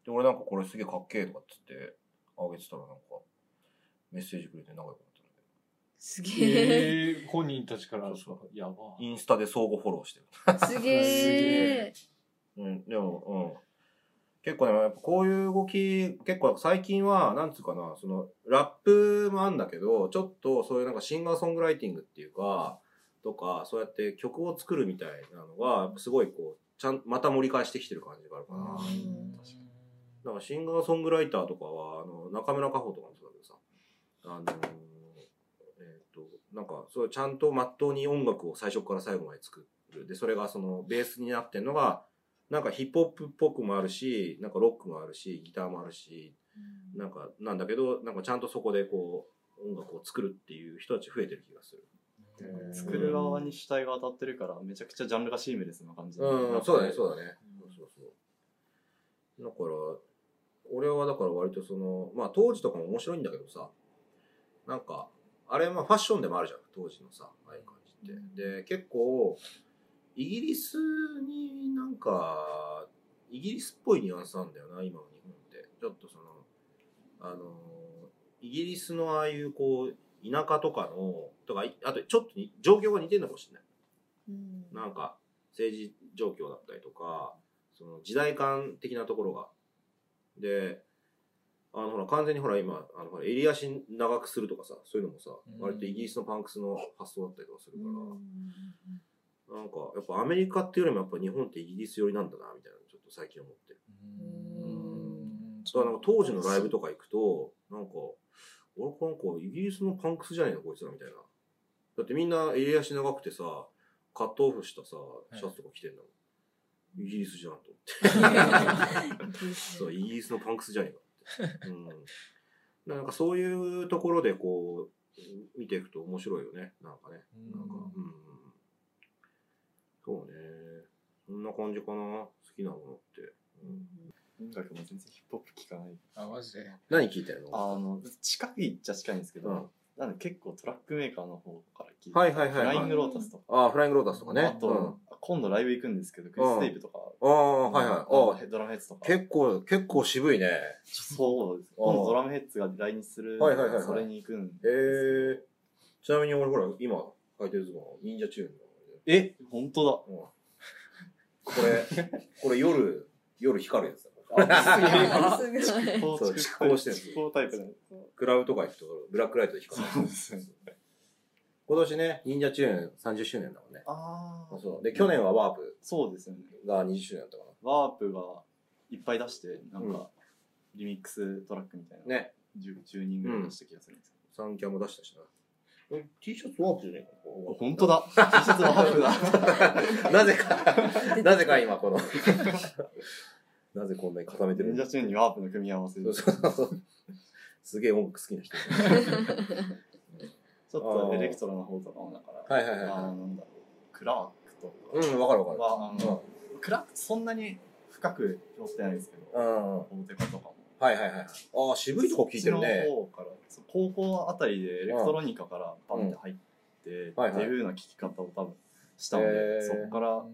で、俺なんかこれすげえかっけえとかっつって、あげてたらなんか、メッセージくれて仲良くなったんだけ
すげえ
えー本人たちからやば
どインスタで相互フォローしてる。
すげえ
うん、でも、うん。結構ね、やっぱこういう動き、結構最近は、なんつうかな、その、ラップもあんだけど、ちょっとそういうなんかシンガーソングライティングっていうか、とか、そうやって曲を作るみたいなのが、やっぱすごいこう、ちゃん、また盛り返してきてる感じがあるかな。だからシンガーソングライターとかは、あの、中村佳穂とかもそうだけどさ、あのーえっ、と、なんか、そうちゃんとまっとうに音楽を最初から最後まで作る。で、それがその、ベースになってんのが、なんかヒップホップっぽくもあるし、なんかロックもあるし、ギターもあるし、なんか、なんだけど、なんかちゃんとそこでこう、音楽を作るっていう人たち増えてる気がする。
作る側に主体が当たってるからめちゃくちゃジャンルがシームレスな感じ
うん、そうだね、そう
だ
だね。そうそうそう。だから、俺はだから割とその、まあ当時とかも面白いんだけどさ、なんか、あれまあファッションでもあるじゃん、当時のさ、ああいう感じって。で、結構、イギリスになんか、イギリスっぽいニュアンスなんだよな、今の日本って。ちょっとその、あの、イギリスのああいうこう、田舎とかの、とか、いあとちょっとに状況が似てるのかもしれない。
うん
なんか政治状況だったりとかその時代感的なところがであのほら完全にほら今あのほら襟足長くするとかさそういうのもさ
うん
割とイギリスのパンクスの発想だったりとかするか
うん
らなんかやっぱアメリカっていうよりもやっぱ日本ってイギリス寄りなんだなみたいなのちょっと最近思ってるだからなんか当時のライブとか行くとなんか俺この子イギリスのパンクスじゃねえのこいつらみたいなだってみんな襟足長くてさカットオフしたさシャツとか着てんだもん、イギリスじゃんと思ってそう、イギリスのパンクスじゃねえかって。うん。なんかそういうところでこう、見ていくと面白いよね。なんかね。なんか、うん。そうね。そんな感じかな。好きなものって。うん、
音楽も全然ヒップホップ聞かない
あ、マジで。
何聞いてるの
あの近いっちゃ近いんですけど、
うん
なんで結構トラックメーカーの方から聞いて、
はいはいはい
フ
はい
ライングロータスとか、
ああ、フライングロータスとかね。
あと、
うん
あ今度ライブ行くんですけど、クリス・テイプとか、
ああ、はいはい。あ
あ
あ、
ドラムヘッズとか。
結構、結構渋いね。
そうです。
あー
今度ドラムヘッズが来日する
はいはいはいはい
それに行くん
ええちなみに俺ほら、今書いてるズボン、忍者チューンだ。
え、本当
うんこれ、これ夜、夜光るやつ
だ。
だ。
すごい。
こ
そう蓄光してるんです
蓄光タイプの。
クラブとか行くと、ブラックライトで光る。今年ね、忍者チューン30周年だもんね。
ああ。
そう。で、去年はワープ
そうですよね。
が20周年だったか
ワープがいっぱい出して、なん
うん
か、リミックストラックみたいな。
な。ね。
10。10人ぐらい出した気がするんですけ
サンキャンも出したしな。 これ T シャツワープじゃね
ど。あ本当だ。T シャツワープだ。
えか。なぜか、なぜか今この。 なぜこんなに 固めてる
忍者
んだ
チューンにワープの組み合わせで。
そう
ち
そ
ょっ
うそう。すげえ音楽好きな人。
とエレクトロの方とかもだから。
はいはいはい
あ
は
の、なんだろう。クラークとか。
い。うん、わかるわか
は、あ
る。うん
の、クラックそんなに深く拾ってないですけど、
うん。
大手化とかも。
はいはいはい。ああ、渋いとこ聞いてる
そっ
ね
ち。の方から、そう高校あたりでエレクトロニカからバンって入って、
んはいはい
っていうような聴き方を多分したので、
へー
そこから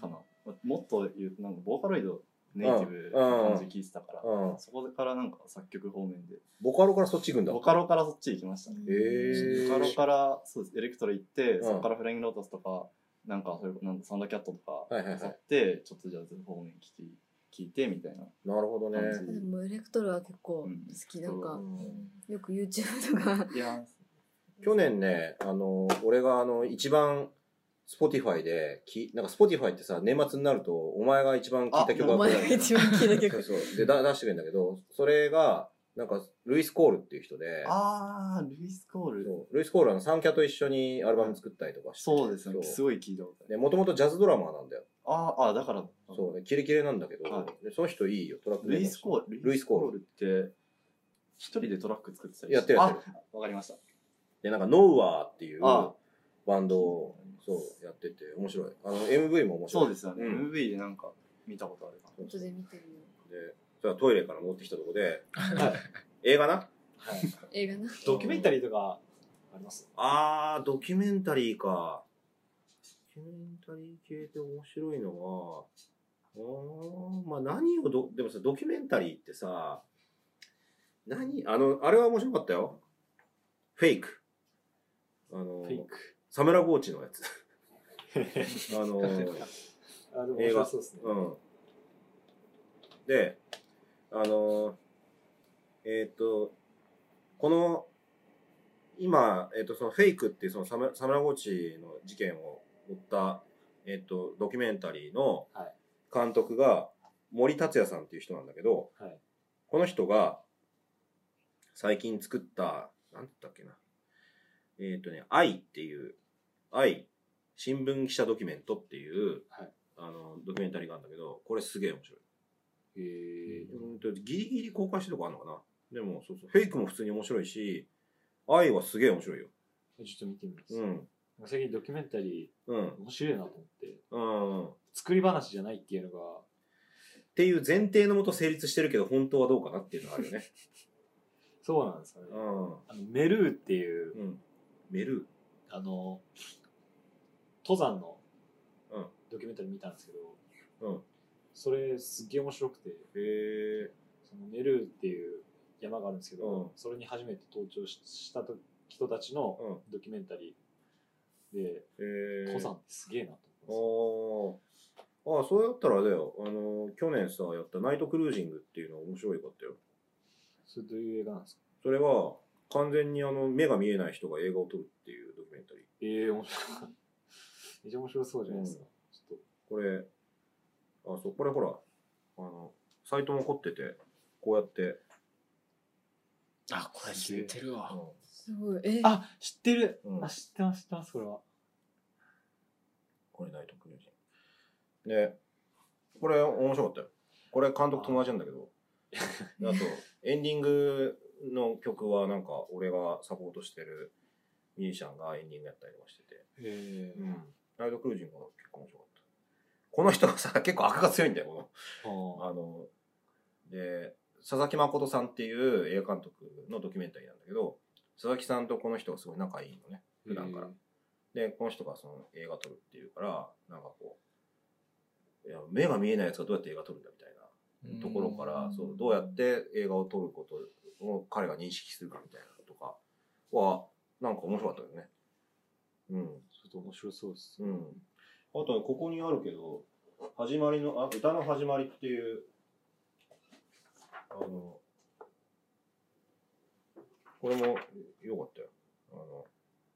かな。もっと言うと、なんかボーカロイドネイティブな感じで聴いてたから、
うん。
そこからなんか作曲方面で、
ボカロからそっち行くんだ。
ボカロからそっち行きましたね。
へえ
ボカロ
ー。
から、そうです、エレクトロ行って、
ん
そこからフライングロータスとか、なんか、それこなんかサンダーキャットとか、
はいはいはい
やって、ちょっとジャズ方面聞き、聞いてみたいな。
なるほどね。
感
でもエレクトロは結構好き、なんかよく YouTube とか
いや、
去年ね、あの、俺があの、一番、スポティファイで、き、なんかスポティファイってさ、年末になると、お前が一番聴いた曲
あ
が
お
これ
前
だ
が一番聴いた
そう
曲
そう。で、だ出してくれるんだけど、それが、なんか、ルイス・コールっていう人で、
あー、ルイス・コール。
そうルイス・コールはあのサンキャと一緒にアルバム作ったりとかして。
そうです
そう
ね。すごい聞いたことある。
で、もともとジャズドラマーなんだよ。
あーあー、だから、
そうね、キレキレなんだけど、
は
でその人いいよ、トラック
ルイス・コール。
ルイスコール
ルって、一人でトラック作ってたり
やってるやってる。
あ、わかりました。
で、なんか、ノウアーっていう
ああ
バンドを、そう、やってて、面白い。あの、MV も面白い。
そうですよね。
うん
MV でなんか見たことあるか
後で見てるよ
で、それはトイレから戻ってきたとこで、映画な
映画な
ドキュメンタリーとかあります
あー、ドキュメンタリーか。ドキュメンタリー系で面白いのは、あー、まあ何をど、でもさ、ドキュメンタリーってさ、何あの、あれは面白かったよ。フェイク。あの、
フェイク。
サムラゴーチのやつ。 あの、
あ、でも面白そうですね。
うん。で、あのーえーっ、と、この、今、えーっ、と、そのフェイクっていうそのサムサムラゴチの事件を追った、えーっ、と、ドキュメンタリーの
はい
監督が森達也さんっていう人なんだけど、
はい
この人が最近作った、なんだったっけな。えーっ、とね、愛っていう、愛、新聞記者ドキュメントっていう、あの、ドキュメンタリーがあるんだけど、これすげえ面白い。
へ
うんと、ギリギリ公開してるとこあるのかなでも、そうそう。フェイクも普通に面白いし、愛はすげえ面白いよ。
え。ちょっと見てみます。
うん。
最近ドキュメンタリ
うん
ー。面白いなと思って、
うん。っ
作り話じゃないっていうのが、
ていう前提のもと成立してるけど、本当はどうかなっていうのがあるよね。
そうなんですかね。あのメルーっていう
う、ん。うん。メル
あの、登山の
うん
ドキュメンタリー見たんですけど、
うん
それすっげえ面白くて、
ー。へえ。
そのメルーっていう山があるんですけど、
うん
それに初めて登頂ししたと人たちの
うん。
ドキュメンタリーで、
へえ。
登山ってすげえなと
あ
思
ーあー、そうやったらあれだよ。あの、去年さ、やったナイトクルージングっていうの面白いかった
い
よ。
ます。それどういう映画なんですか
それは、完全にあの、目が見えない人が映画を撮るっていうドキュメンタリー。
ええ面白い。めっちゃ面白そうじゃないですか。ちょっ
これ、あ、そう、これほら、あの、サイトも凝ってて、こうやって、
あこれ知ってるわ
すごいえ
と。あ、知ってる、
うん
あ、知ってます、知ってます、これは。
これナイトクルージン。で、これ面白かったよ。これ監督友達なんだけど、あと、エンディングの曲はなんか、俺がサポートしてるミュージシャンがエンディングやったりとかしてて、
ええ
うんナイトクルージンが結構面白かった。この人がさ、結構悪が強いんだよ、この。あの、で、佐々木誠さんっていう映画監督のドキュメンタリーなんだけど、佐々木さんとこの人がすごい仲いいのね、普段から。で、この人がその映画撮るっていうから、なんかこう、いや目が見えないやつがどうやって映画撮るんだみたいな。ところから、そう、どうやって映画を撮ることを彼が認識するかみたいなのとかは、なんか面白かったよね。うん。
ちょっと面白そうです。
うん。あと、ここにあるけど、始まりの、あ、歌の始まりっていう、あの、これも良かったよ。あの、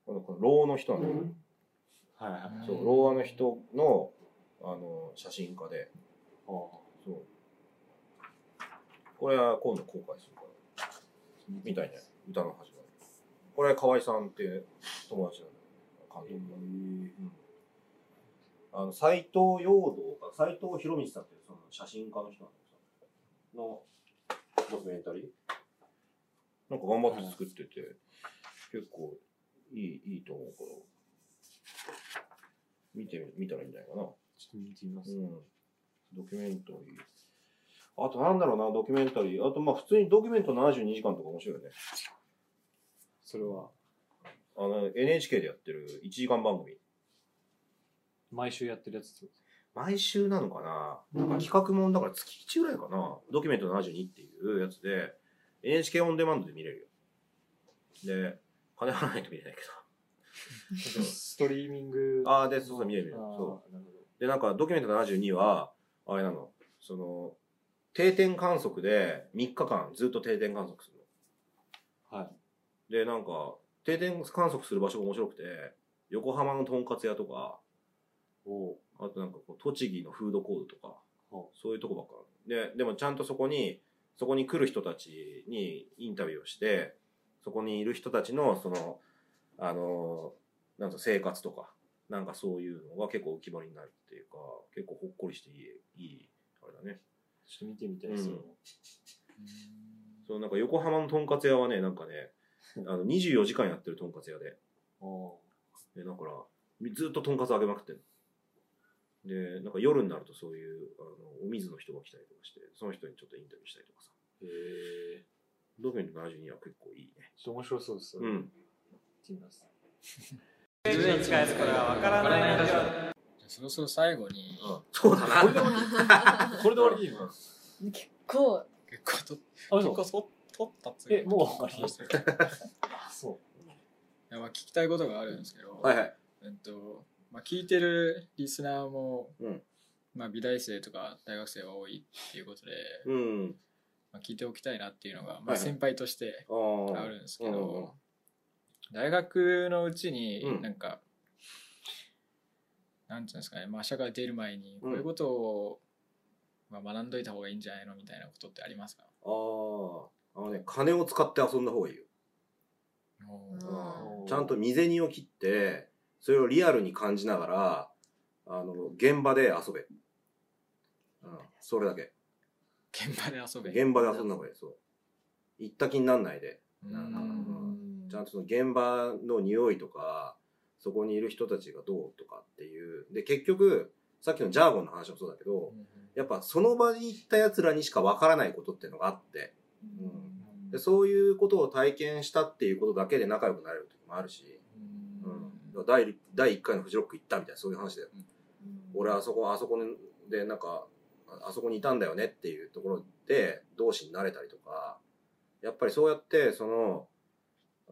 この、この老の人なんだけど、
はいはい。
ん
そう、老和の人の、あの、写真家で、そう。これは今度公開するから。みたいね。歌の始まり。これ、河合さんっていう友達なんだけど、監督が。うんあの、斎藤陽道か、斎藤博道さんっていうその写真家の人なんだけど、のドキュメンタリーなんか頑張って作ってて、結構いい、いいと思うから。見てみ見たらいいんじゃないか
ち
な。
ょっと見てみま
う。ん。ドキュメンタリー。あとなんだろうな、ドキュメンタリー。あとまあ普通にドキュメント72時間とか面白いよね。
それは、
あの、NHK でやってる1時間番組。
毎週やってるやつってこ
毎週なのかななんか企画もんだから月1ぐらいかなドキュメント72っていうやつで、NHK オンデマンドで見れるよ。で、金払わないと見れないけ
とストリーミング
ど。ああ、で、そうそう、見れる見れる。
あー
そ
なるほど
う。で、なんかドキュメント72は、あれなの、その、定点観測で3日間ずっと定点観測するの。
はい。
で、なんか、定点観測する場所が面白くて、横浜のとんかつ屋とか、
お
あとなんかこう、栃木のフードコートとか
ほ、
そういうとこばっかで、でもちゃんとそこに、そこに来る人たちにインタビューをして、そこにいる人たちの、その、あの、なんか生活とか、なんかそういうのが結構浮き彫りになるっていうか、結構ほっこりしていい、いい、あれだね。
ちょっと見てみたい
うん
ですよ。
そのなんか横浜のとんかつ屋はね、なんかね、あの、24時間やってるとんかつ屋で、
お
で、だから、みずっととんかつあげまくってんの。で、なんか夜になるとそういう、あの、お水の人が来たりとかして、その人にちょっとインタビューしたりとかさ。
へえ。
ドキュメント72は結構いいね。
ちょっと面白そうです。
う。ん。
見てみます。
10年近いやつこれは分からないラジオ
じゃあそろそろ最後に
そうだな。
これで終わりでいいのあ、
結構
結構と結
そ
構
う。
そ取ったっつ
えもう終わり
ですい
そう。
やまあ聞きたいことがあるんですけど、
はいはい。
うんとまあ、聞いてるリスナーも、
うん
まあ、美大生とか大学生が多いっていうことで、
うん。
まあ、聞いておきたいなっていうのが、
はいは
まあ、
い
先輩として
あ
あ
あ。
るんですけど、
うんうんうん
大学のうち
う
に
ん
なんか、なんていうんですかね、まあ、社会出る前に
う
こ
ん
ういうことを、まあ、学んどいた方がいいんじゃないのみたいなことってありますか
ああ。あのね、金を使って遊んだ方がいいよ。
うん
ちゃんと身銭を切って、それをリアルに感じながら、あの、現場で遊べ。うん。それだけ。
現場で遊べ。
現場で遊んだ方がいい。そう。行った気になんないで。
うん
なんかうんちゃんとその現場の匂いとか、そこにいる人たちがどうとかっていう。で、結局、さっきのジャーゴンの話もそうだけど、やっぱその場に行った奴らにしかわからないことっていうのがあって、で、そういうことを体験したっていうことだけで仲良くなれる時もあるし、
うん
うん。だから第第1回のフジロック行ったみたいなそういう話だよ。俺あそこ、あそこでなんか、ああそこにいたんだよねっていうところで同士になれたりとか、やっぱりそうやって、その、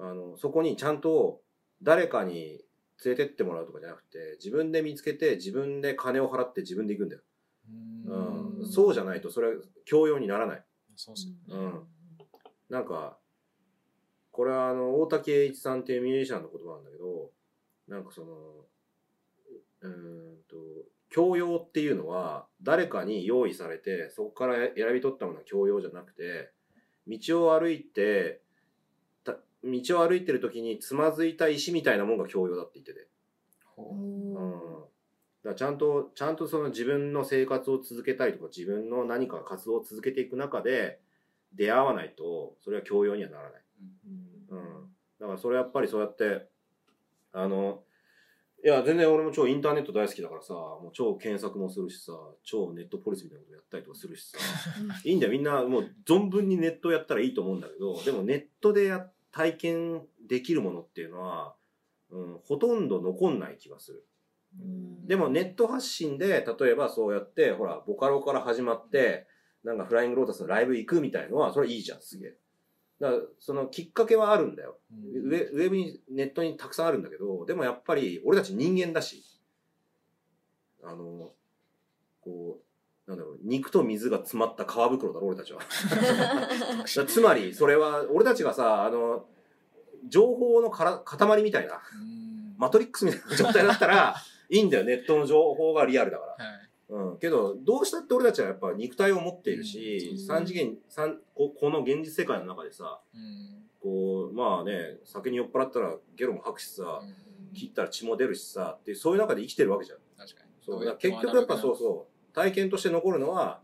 あの、そこにちゃんと誰かに連れてってもらうとかじゃなくて、自分で見つけて、自分で金を払って自分で行くんだよ。うん。そうじゃないと、それは教養にならない。
そうっすね
うん。なんか、これはあの、大滝栄一さんっていうミュージシャンの言葉なんだけど、なんかその、うーんと、教養っていうのは、誰かに用意されて、そこから選び取ったものは教養じゃなくて、道を歩いて、た道を歩いてる時につまずいた石みたいなもんが教養だって言ってて。
ほう
うん
おー
だからちゃんと、ちゃんとその自分の生活を続けたりとか、自分の何か活動を続けていく中で、出会わないと、それは教養にはならない。うん。だからそれはやっぱりそうやって、あの、いや、全然俺も超インターネット大好きだからさ、もう超検索もするしさ、超ネットポリスみたいなことやったりとかするしさ、 いいんだよ、みんなもう存分にネットやったらいいと思うんだけど、でもネットでや体験できるものっていうのは、うん、ほとんど残んない気がする。でもネット発信で、例えばそうやって、ほら、ボカロから始まって、なんかフライングロータスのライブ行くみたいのは、それいいじゃん、すげえ。だから、そのきっかけはあるんだよ。ウェウェブに、ネットにたくさんあるんだけど、でもやっぱり、俺たち人間だし、あの、こう、なんだろう、肉と水が詰まった皮袋だろ、俺た ちは。だからつまり、それは、俺たちがさ、あの、情報のから塊みたいな、
うん
マトリックスみたいな状態だっ たら、いいんだよ、ネットの情報がリアルだから。
はい
うん、けど、どうしたって俺たちはやっぱ肉体を持っているし、
うん
三次元、三こ、この現実世界の中でさ、
うん
こう、まあね、酒に酔っ払ったらゲロも吐くしさ
う、ん
切ったら血も出るしさ、ってそういう中で生きてるわけじゃん。
確かに
そう。
ど
だ
う
から結局やっぱそううそう、体験として残るのは、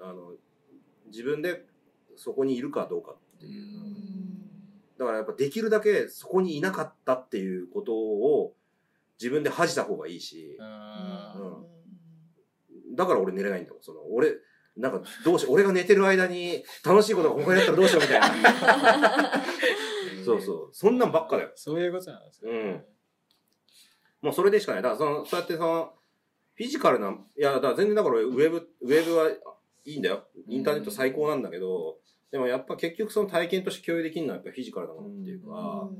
あの、自分でそこにいるかどうかっていう。だからやっぱできるだけそこにいなかったっていうことを自分で恥じた方がいいし、
あー
だから俺寝れないんだもん。その、俺、なんかどうしよう、俺が寝てる間に楽しいことが他にあったらど うしようみたいな。そうそう。そんなんばっかだよ。
そういうことなんですね
うんもうそれでしかない。だからその、そうやってその、フィジカルな、いや、だから全然だからウェブ、ウェブはいいんだよ。インターネット最高なんだけど、でもやっぱ結局その体験として共有できるのはやっぱフィジカルなものっていうか、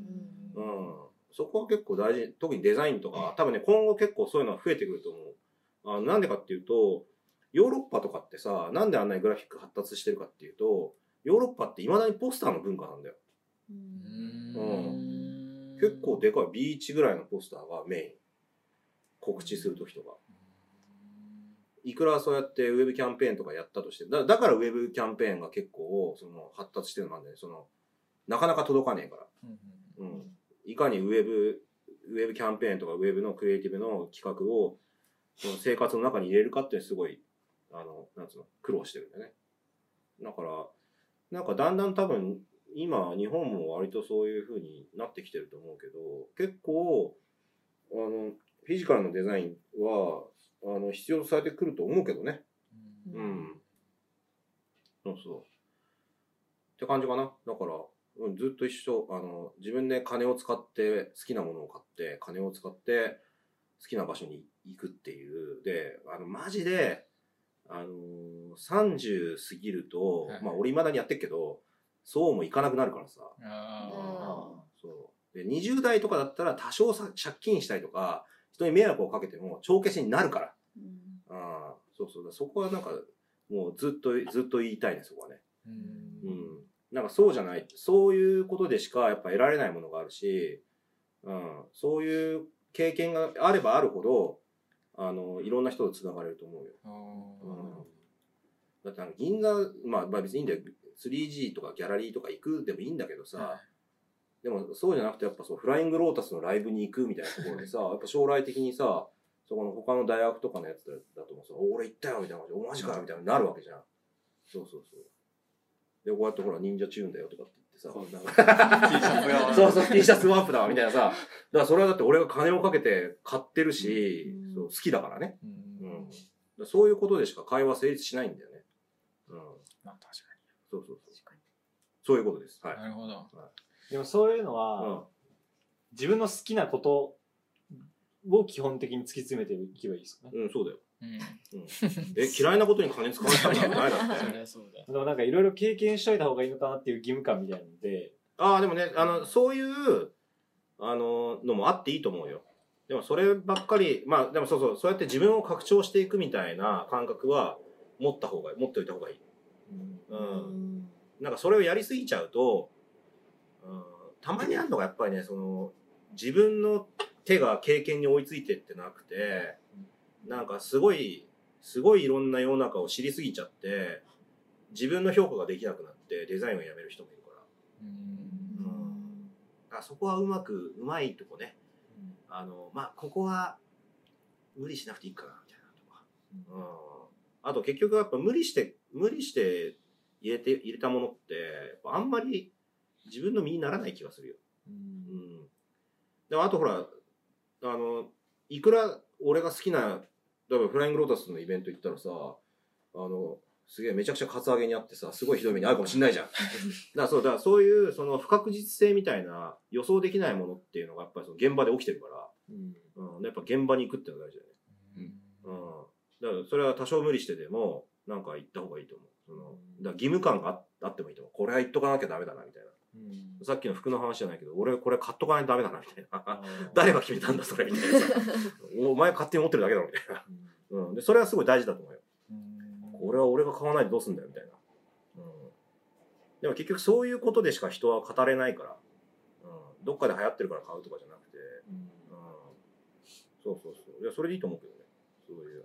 うん。そこは結構大事。特にデザインとか、多分ね、今後結構そういうのは増えてくると思う。あなんでかっていうと、ヨーロッパとかってさ、なんであんなにグラフィック発達してるかっていうと、ヨーロッパって未だにポスターの文化なんだよ。
うん
結構でかいビーチぐらいのポスターがメイン。告知するときとか。いくらそうやってウェブキャンペーンとかやったとして、だだからウェブキャンペーンが結構その発達してるのなんだよね。その、なかなか届かねえから。
うんうん
うん、いかにウェブ、ウェブキャンペーンとかウェブのクリエイティブの企画をその生活の中に入れるかってすごい、あの、なんつうの、苦労してるんだよね。だから、なんかだんだん多分、今、日本も割とそういう風になってきてると思うけど、結構、あの、フィジカルのデザインは、あの、必要とされてくると思うけどね。
うん
うん。そうそう。って感じかな。だから、うん、ずっと一緒。あの、自分で金を使って、好きなものを買って、金を使って、好きな場所に行くっていう。で、あの、マジで、あのー30過ぎると、
はい
まあ、俺未だにやってるけど、そうもいかなくなるからさ。
あ
そう。で、20代とかだったら多少さ借金したりとか、人に迷惑をかけても、帳消しになるから。ああ、そうそうだ。そこはなんか、もうずっと、ずっと言いたいね、そこはね。
ーうん
うん。なんかそうじゃない。そういうことでしかやっぱ得られないものがあるし、うん。そういう経験があればあるほど、あの、いろんな人と繋がれると思うよ。
あ
だってあの銀座、まあ、まあ別にいいんだよ。3G とかギャラリーとか行くでもいいんだけどさ、
ーは
でもそうじゃなくてやっぱそうフライングロータスのライブに行くみたいなところ でさ、やっぱ将来的にさ、そこの他の大学とかのやつだともさ、お俺行ったよみたいな感じで、おマジかよみたいになるわけじゃん。そうそうそう。で、こうやってほら、忍者チューンだよとかって言ってさ、なんか そうそう、T シャツワープだわみたいなさ、だからそれはだって俺が金をかけて買ってるし、
うん
そう好きだからね。
いうん
うんだからそういうことでしか会話成立しないんだよね。うん。
まあ確か
そうそうそう。そういうことです。はい
に。なるほど
でもそういうの
う
は
ん。
自分の好きなことを基本的に突き詰めていけばいいですよね
うん、そうだよ。
うん
え、嫌いなことに金使われたんじゃないだって。
そりゃそうだ
でもなんかいろいろ経験しといた方がいいのかなっていう義務感みたいなので
ああ、でもね、あの、そういう、あの、のもあっていいと思うよ。でもそればっかり、まあでもそうそう、そうやって自分を拡張していくみたいな感覚は持った方がいい、持っておいた方がいい。うん。なんかそれをやりすぎちゃうと、うん、たまにあるのがやっぱりね、その、自分の手が経験に追いついてってなくて、なんかすごい、すごいいろんな世の中を知りすぎちゃって、自分の評価ができなくなってデザインをやめる人もいるから。
うん
あそこはうまくうまいとこね、あのまあここは無理しなくていいかなみたいなとか、うん、あと結局やっぱ無理して無理して入れて入れたものってやっぱあんまり自分の身にならない気がするよ、うん、でもあとほらあのいくら俺が好きな例えばフライングロータスのイベント行ったらさあのすげえめちゃくちゃカツアゲにあってさすごいひどい目に遭うかもしんないじゃんだからそう、だからそういう、その不確実性みたいな予想できないものっていうのがやっぱりその現場で起きてるから、
うん
うん、やっぱ現場に行くってのが大事だよね。うん。だからそれは多少無理してでも、なんか行った方がいいと思う。その、だから義務感がああってもいいと思う。これは行っとかなきゃダメだな、みたいな。
うん
さっきの服の話じゃないけど、俺これ買っとかないとダメだな、みたいな。
誰
誰が決めたんだ、それ、みたいなさ。お前勝手に持ってるだけだろ、みたいな。うん。で、それはすごい大事だと思うよ。これは俺が買わないでどうすんだよ、みたいな。うん。でも結局そういうことでしか人は語れないから、うん。どっかで流行ってるから買うとかじゃなくて、うん。そうそうそう。いや、それでいいと思うけどね。そういう。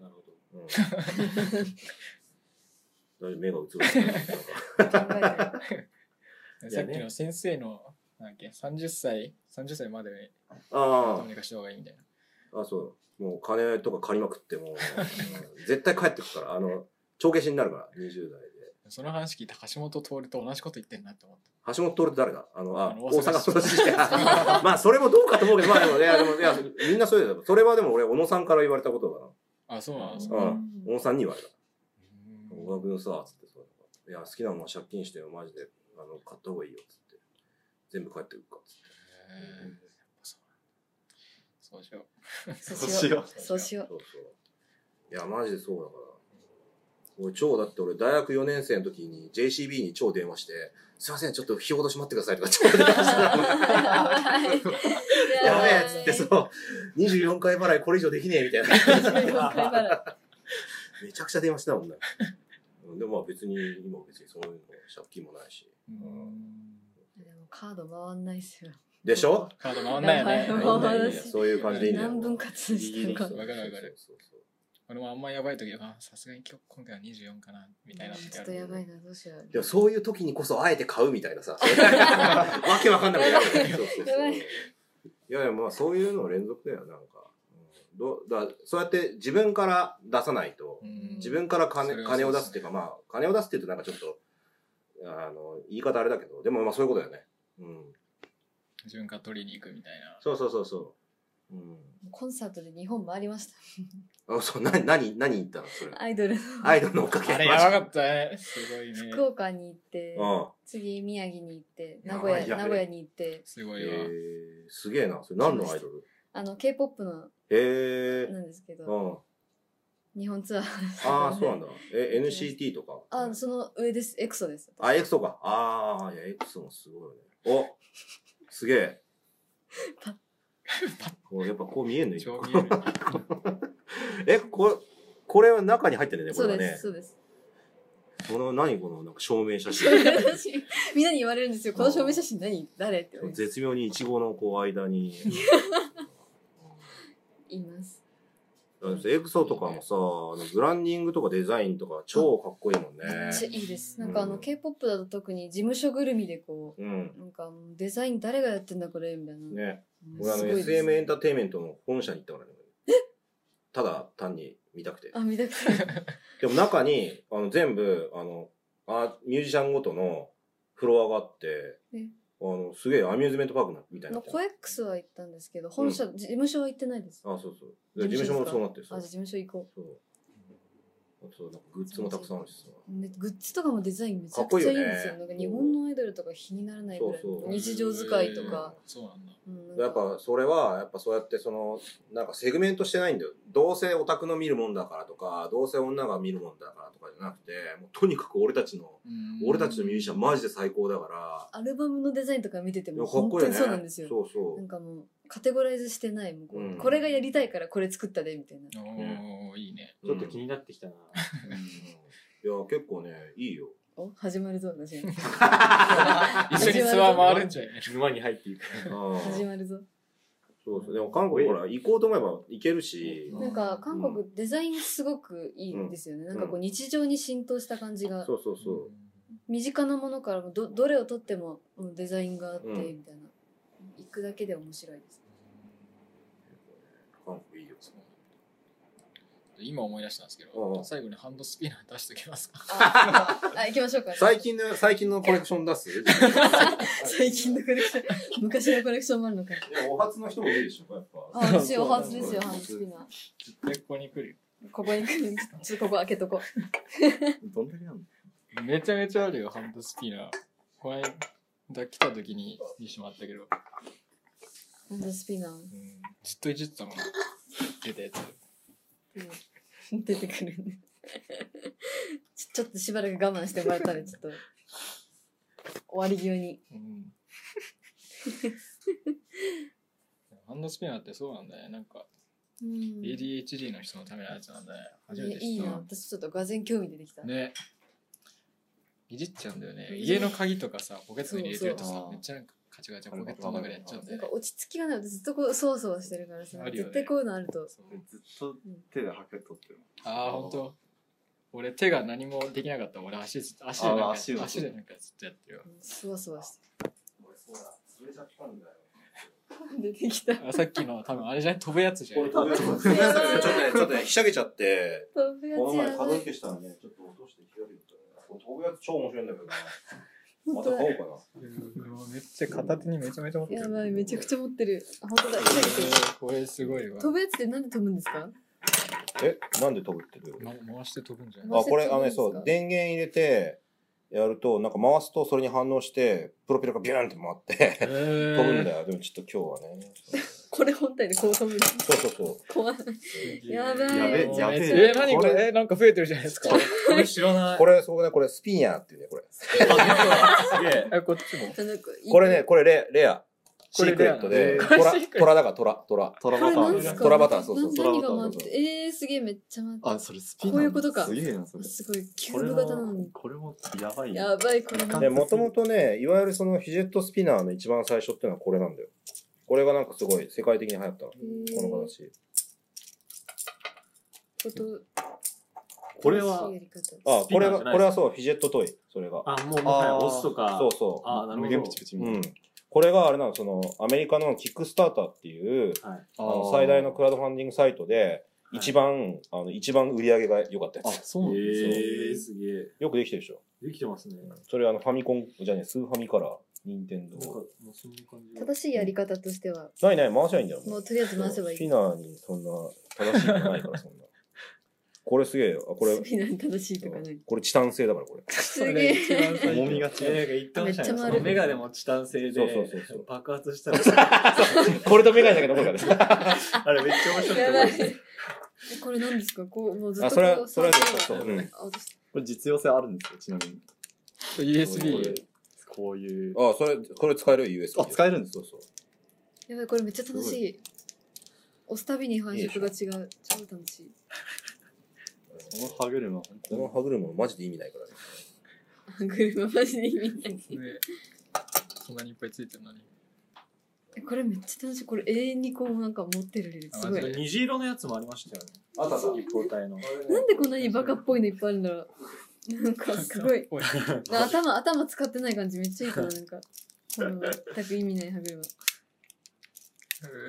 なるほど
うん。うん、大丈夫、目がうつぶせてない。
さっきの先生の、なんだっけ、30歳、30歳までにど
あ
うにかした方がいいみたいな。
あ、あそう。もう金とか借りまくっても、うん絶対帰ってくから、あの、帳消しになるから、20代で。
その話聞いた橋本徹と同じこと言ってんなって思っ
橋本徹って誰だあの、あ
あ、の
大
大
阪
阪
育ちして。 まあ、それもどうかと思うけど、まあでも、いや、でも、いや、みんなそうだよ。それはでも俺、小野さんから言われたことだ
た。あ、そうなんですか。
な。うん。小野さんに言われた。
う
小川君さ、つってそういや、好きなものは借金して、マジで、あの、買った方がいいよ、つって。全部帰ってくるか、つって。
へーやっぱそうそうしよう。
そうしよう。そうしよう。
そうそう。いや、マジでそうだから。俺、超、だって俺、大学4年生の時に JCB に超電話して、すいません、ちょっと日ほどし待ってくださいとか、ちょっと電話したら、 やべえっつって、そう、24回払いこれ以上できねえみたいな。めちゃくちゃ電話してたもんね。うんでもまあ別に、今は別にそういうの借金もないし。
でもカード回んないっすよ。
で しょ
カード回んないよね。
やばい
そんなんいいよそういう感じでいいんだよ。
何分割してるか。
そうそうそう
わかるわかる
そうそう
俺もあんまやばい時は、あさすがに今日今回は24かな、みたいな時
ちょ
あ
っと
る。
やばいな、どうしよう。
でもそういう時にこそあえて買うみたいなさ、わけわかんなくなるよね。そうそうそう
やばい
いやいや、まあそういうの連続だよ、なんか。うんどうだそうやって自分から出さないと、
うん
自分から
そ
金,、
れはそうですね
金を出すっていうか、まあ金を出すっていうとなんかちょっと、あの、言い方あれだけど、でもまあそういうことだよね。うん。
自分から取りに行くみたいな。
そうそうそうそう。う
コンサートで日本回りまし
ん。あ、そう、な、何、何言ったのそれ
た。。 アイドル。
アイドルのおかげ。
あれやばかったね。すごいね
福。岡に行って、
うん。
次宮城に行って、名
や
古
ばい
屋、
やべ
名
え
古屋に行って、
すごいわ。
えー、すげえな。それ何のアイドル
あの、K-POP の、
へえー。
なんですけど、
うん。
日本ツアー。
ああ、そうなんだ。え、NCT とか。
あ、その上です。エクソです。
あ、エクソか。ああ、いや、エクソもすごいよね。おすげえ。
パッ
こうやっぱこう見えんの
超
よ。
見える。
え、これ、これは中に入ってるね、こ
そ
れ
う
は
で
ね
す、。そうです。
この、何この、なんか証明 写真。
みんなに言われるんですよ。この証明写真何誰って言われる
絶妙にイチゴのこう 間に。
言います。
うんエクソとかもさ、あのブランディングとかデザインとか超かっこいいもん
め
ね
っ。ちゃいいです。なんかあ
う
の
ん
K-POP だと特に事務所ぐるみでこ
うん。
う、なんかもうデザイン誰がやってんだこれみたいな。
ね。
うん
俺あ
す
の
ごいです
SM エンターテインメントの本社に行ったからね。ただ単に見たくて。
あ、見たくて。
でも中に、あの、全部、あの、あミュージシャンごとのフロアがあって
え、
あの、すげえアミューズメントパークなみたい
あ
にな
の、
ってる。
コエックスは行ったんですけど、本社、事務所は行ってないです。
あ、そうそう。で事務所もそうなってる。そ
あ、じゃあ
う
事務所行こ
そう。あと、なんかグッズもたくさんあるしさ。
う。でグッズとかもデザインめちゃ
かっこ
く
いい
ちゃ
よ
いい
ね
んですよ。なんか日本のアイドルとか比にならないぐらい
そうそう
日常使いとか。
そうなんだ。
うんなんか
やっぱそれはやっぱそうやってそのなんかセグメントしてないんだよどうせオタクの見るもんだからとかどうせ女が見るもんだからとかじゃなくてもうとにかく俺たちの俺たちのミュージシャンマジで最高だから
アルバムのデザインとか見てて
いや
も
かっ
本
こいい
当にそ
よね
うなんですよ。
そうそ
なんかもうカテゴライズしてないもうこう、
うん
これがやりたいからこれ作ったでみたいな。
おー、いいね。
う
ちょっと気
うん
になってきたな。
うんいや結構ねいいよ
お始まるぞ 私。
一緒にツアー回るんじゃない
沼に入っていく。
あ
始
ー
まるぞ。
そうそうでも韓国ほら行こうと思えば行けるし
なんか韓国デザインすごくいいんですよね。なんかこう日常に浸透した感じが
そうそうそう
身近なものからもどどれをとってもうんデザインがあって
う
み
ん
たいな、行くだけで面白いです。
韓国いいよ
そう今思い出したんですけ
うんう
ど、
ん
最後にハンドスピナー出しときますか。
ああ行きましょうか。
最近の最近のコレクション出す
最近のコレクション昔のコレクションもあるのか。
お初の人もいるでしょやっ
あ私お初ですよハンドスピナー。
絶対ここに来る
ここに来るちょっとここ開けとこう。
どんだけなん
よ。
だ
めちゃめちゃあるよ、ハンドスピナー。この間来た時に見してもらったけど。
本当スピナー
うんずっといじってたもん出たやつ
出てくるねちょちょっとしばらく我慢してもらったらちょっと終わり際に
うんハンドスピナーってそうなんだねなんか
うんい
ADHD の人のためのやつなんだね初めて
い
知っ
な
たわ
私ちょっとがぜん興味出てきた、
ねいじっちゃうんだよね家の鍵とかさポケットに入れてると
そう
さ
そう
めっちゃなんかカチャカチャポケットの中でやっちゃうんだ
なん
よ
か
ね
落ち着きがない私ずっとこうそわそわしてるからさ、
あるよね
絶対こういうのあると
そう
ずっと手でハケ取ってる
ああ本当俺手が何もできなかった俺足ず足でなん
あ
か
ー足
足
を
でなんかずっとやってるわ
そわそわして
俺そうだ、潰れちゃったんだよ。
出てきた
あさっきの多分あれじゃない飛ぶやつじゃない
ちょっとね、ちょっとね、ひしゃげちゃって、
飛ぶや
この
つ
前
や
片付けしたらね、ちょっと落としてひしゃげちゃったね。これ飛ぶやつ超面白いんだけどな。ま
本
た
当
買
だ
おうかな。
うんめっちゃ片手にめちゃめちゃ持ってる
やばいめちゃくちゃ持ってるあ本当だひしゃげてる
これすごいわ
飛ぶやつってなんで飛ぶんですか
え、なんで飛ぶってる
ま回して飛ぶんじゃない
あ、これ、あの
回
ね、
せちゃ
そ
うんですか
う、電源入れて、やると、なんか回すとそれに反応して、プロペラがビューンって回って、飛ぶんだよ。でもちょっと今日はね。
これ本体でこう飛ぶの
そうそうそう。
怖いやばい
やべやべ
ええ何こ
こ
れえなんか増えてるじゃないですかこれ知らない
これ、そうね、これスピニャーっていうね、これ。
すげえ
えこっちも
あのこう
これね、これレレア。
こ
シ
れ
ークレットで、
レアこ
トラ
れシークレット
トラだからトラ、トラ。
トラ
こ
バ
れ
タ
なん
ー
ですか
トラバターそうそう
な
トラバ
何
タ
が
ー
回っ
そう
て
そう
えー、すげえめっちゃ回って
あそれスピナー
こういうことか
すげえなそれ
るすごいキュ
これ
ーブ
も
型なのに
これもやばい
やばいこれなん
で、もともとね、いわゆるそのヒジェットスピナーの一番最初っていうのはこれなんだよ。これがなんかすごい世界的に流行ったの。この
こ
形。
と
これは
やり方
あ、これが、
スピナーじゃないです
こ
か
れはそう、フィジェットトイ。それが。
あ、もう、もはや
あー
押すとか。
そうそ
あー、なるほ
無
ど
限。プチプチ
う。
みた
う。
いなん
これがあれなの、その、アメリカのキックスターターっていう、
あ
あ
ー
の最大のクラウドファンディングサイトで、
い
一番、あの、一番売り上げが良かったや
あ
つ。
そうなんだ
えー、すげえ。
よくできてるでしょ。
できてますね。
それあの、ファミコン、じゃね、スーファミから、ニンテンド
なんか、
ー
も。うそんな感じ。
正しいやり方としては
ないない、回せばいいんだよ。
もうとりあえず回せばい
スピ
い
ナーにそんな正しいのないから、そん な。これすげえよ。あ、これ
ス、ピナーに正しいとかない
これチタン製だから、これ。
すげえ
重みが違う
えなんか言ってました
めっちゃ
ね。
回
そ
る
のメガネもチタン製
そうそうそ
で
うそう
爆発したら、
これとメガネだけ残るからね。
あれめっちゃ面白い
やばいこれなんですかこうもうずっ
あ、
と
それ
こ
は、
う
それはちょっと
触
そう。
っ
う
て
ん。
あ私
これ実用性あるんですよちなみに
USB
こういう
あ、それ、これ使えるよ、USB。
あ使えるんです
そうそう。
やばいこれめっちゃ楽しい押すたびに繁殖が
いい
違う超楽しい
この歯車
この歯車マジで意味ないからね。
車マジで意味ない
ねそんなにいっぱいついてるのに
えこれめっちゃ楽しいこれ永遠にこうなんか持ってられるすご
あマジ
い
で
虹色のやつもありましたよね。
あったあった
一方体の。
なんでこんなにバカっぽいのいっぱいあるんだろうなんかすごい
おい
頭頭使ってない感じめっちゃいいからなんかこの全く意味ない歯車い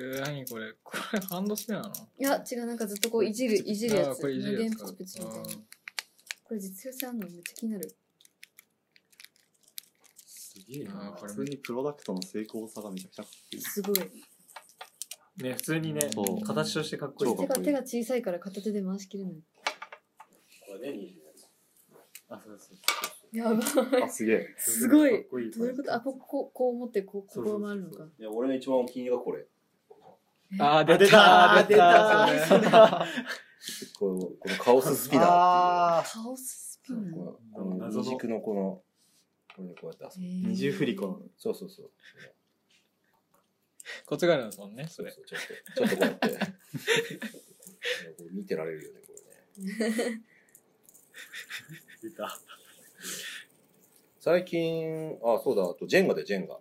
えー何これこれハンドスピナーなの
や違うなんかずっとこういじるいじるや
あー
つ
これいじるやつ
無
か
限プチプチみたいな
あー
これ実用性あるのめっちゃ気になる
すげえ
あ
な
ー。これ
普通にプロダクトの成功さがめちゃくちゃかっこいい
すごい
ね、普通にね
そう、
形としてかっこいい
そう。
手が手が小さいから片手で回しきれない
あ、そうそう。
やば
あすげえ
すご
かっ
い
こいい。
どういうことあこここうこう持ってこうここが回るのか
いや、俺の一番お気に入りがこれ。
あー
あ
出
出
た
た
ー出た
出
ー
た
それ
この、このカオススピナーっ
カオススピ
ていう。
ナー
この、この二軸のこの、これでこうやって遊ぶ。
二重振り子
の
の
そうそうそう。
コツがあるんですもんねそ
そう
れ
そう、ちょっと、ちょっとこうやって。い やこれ見てられるよね、これね。
出た。
最近、あ、そうだ、あと、ジェンガでジェンガ。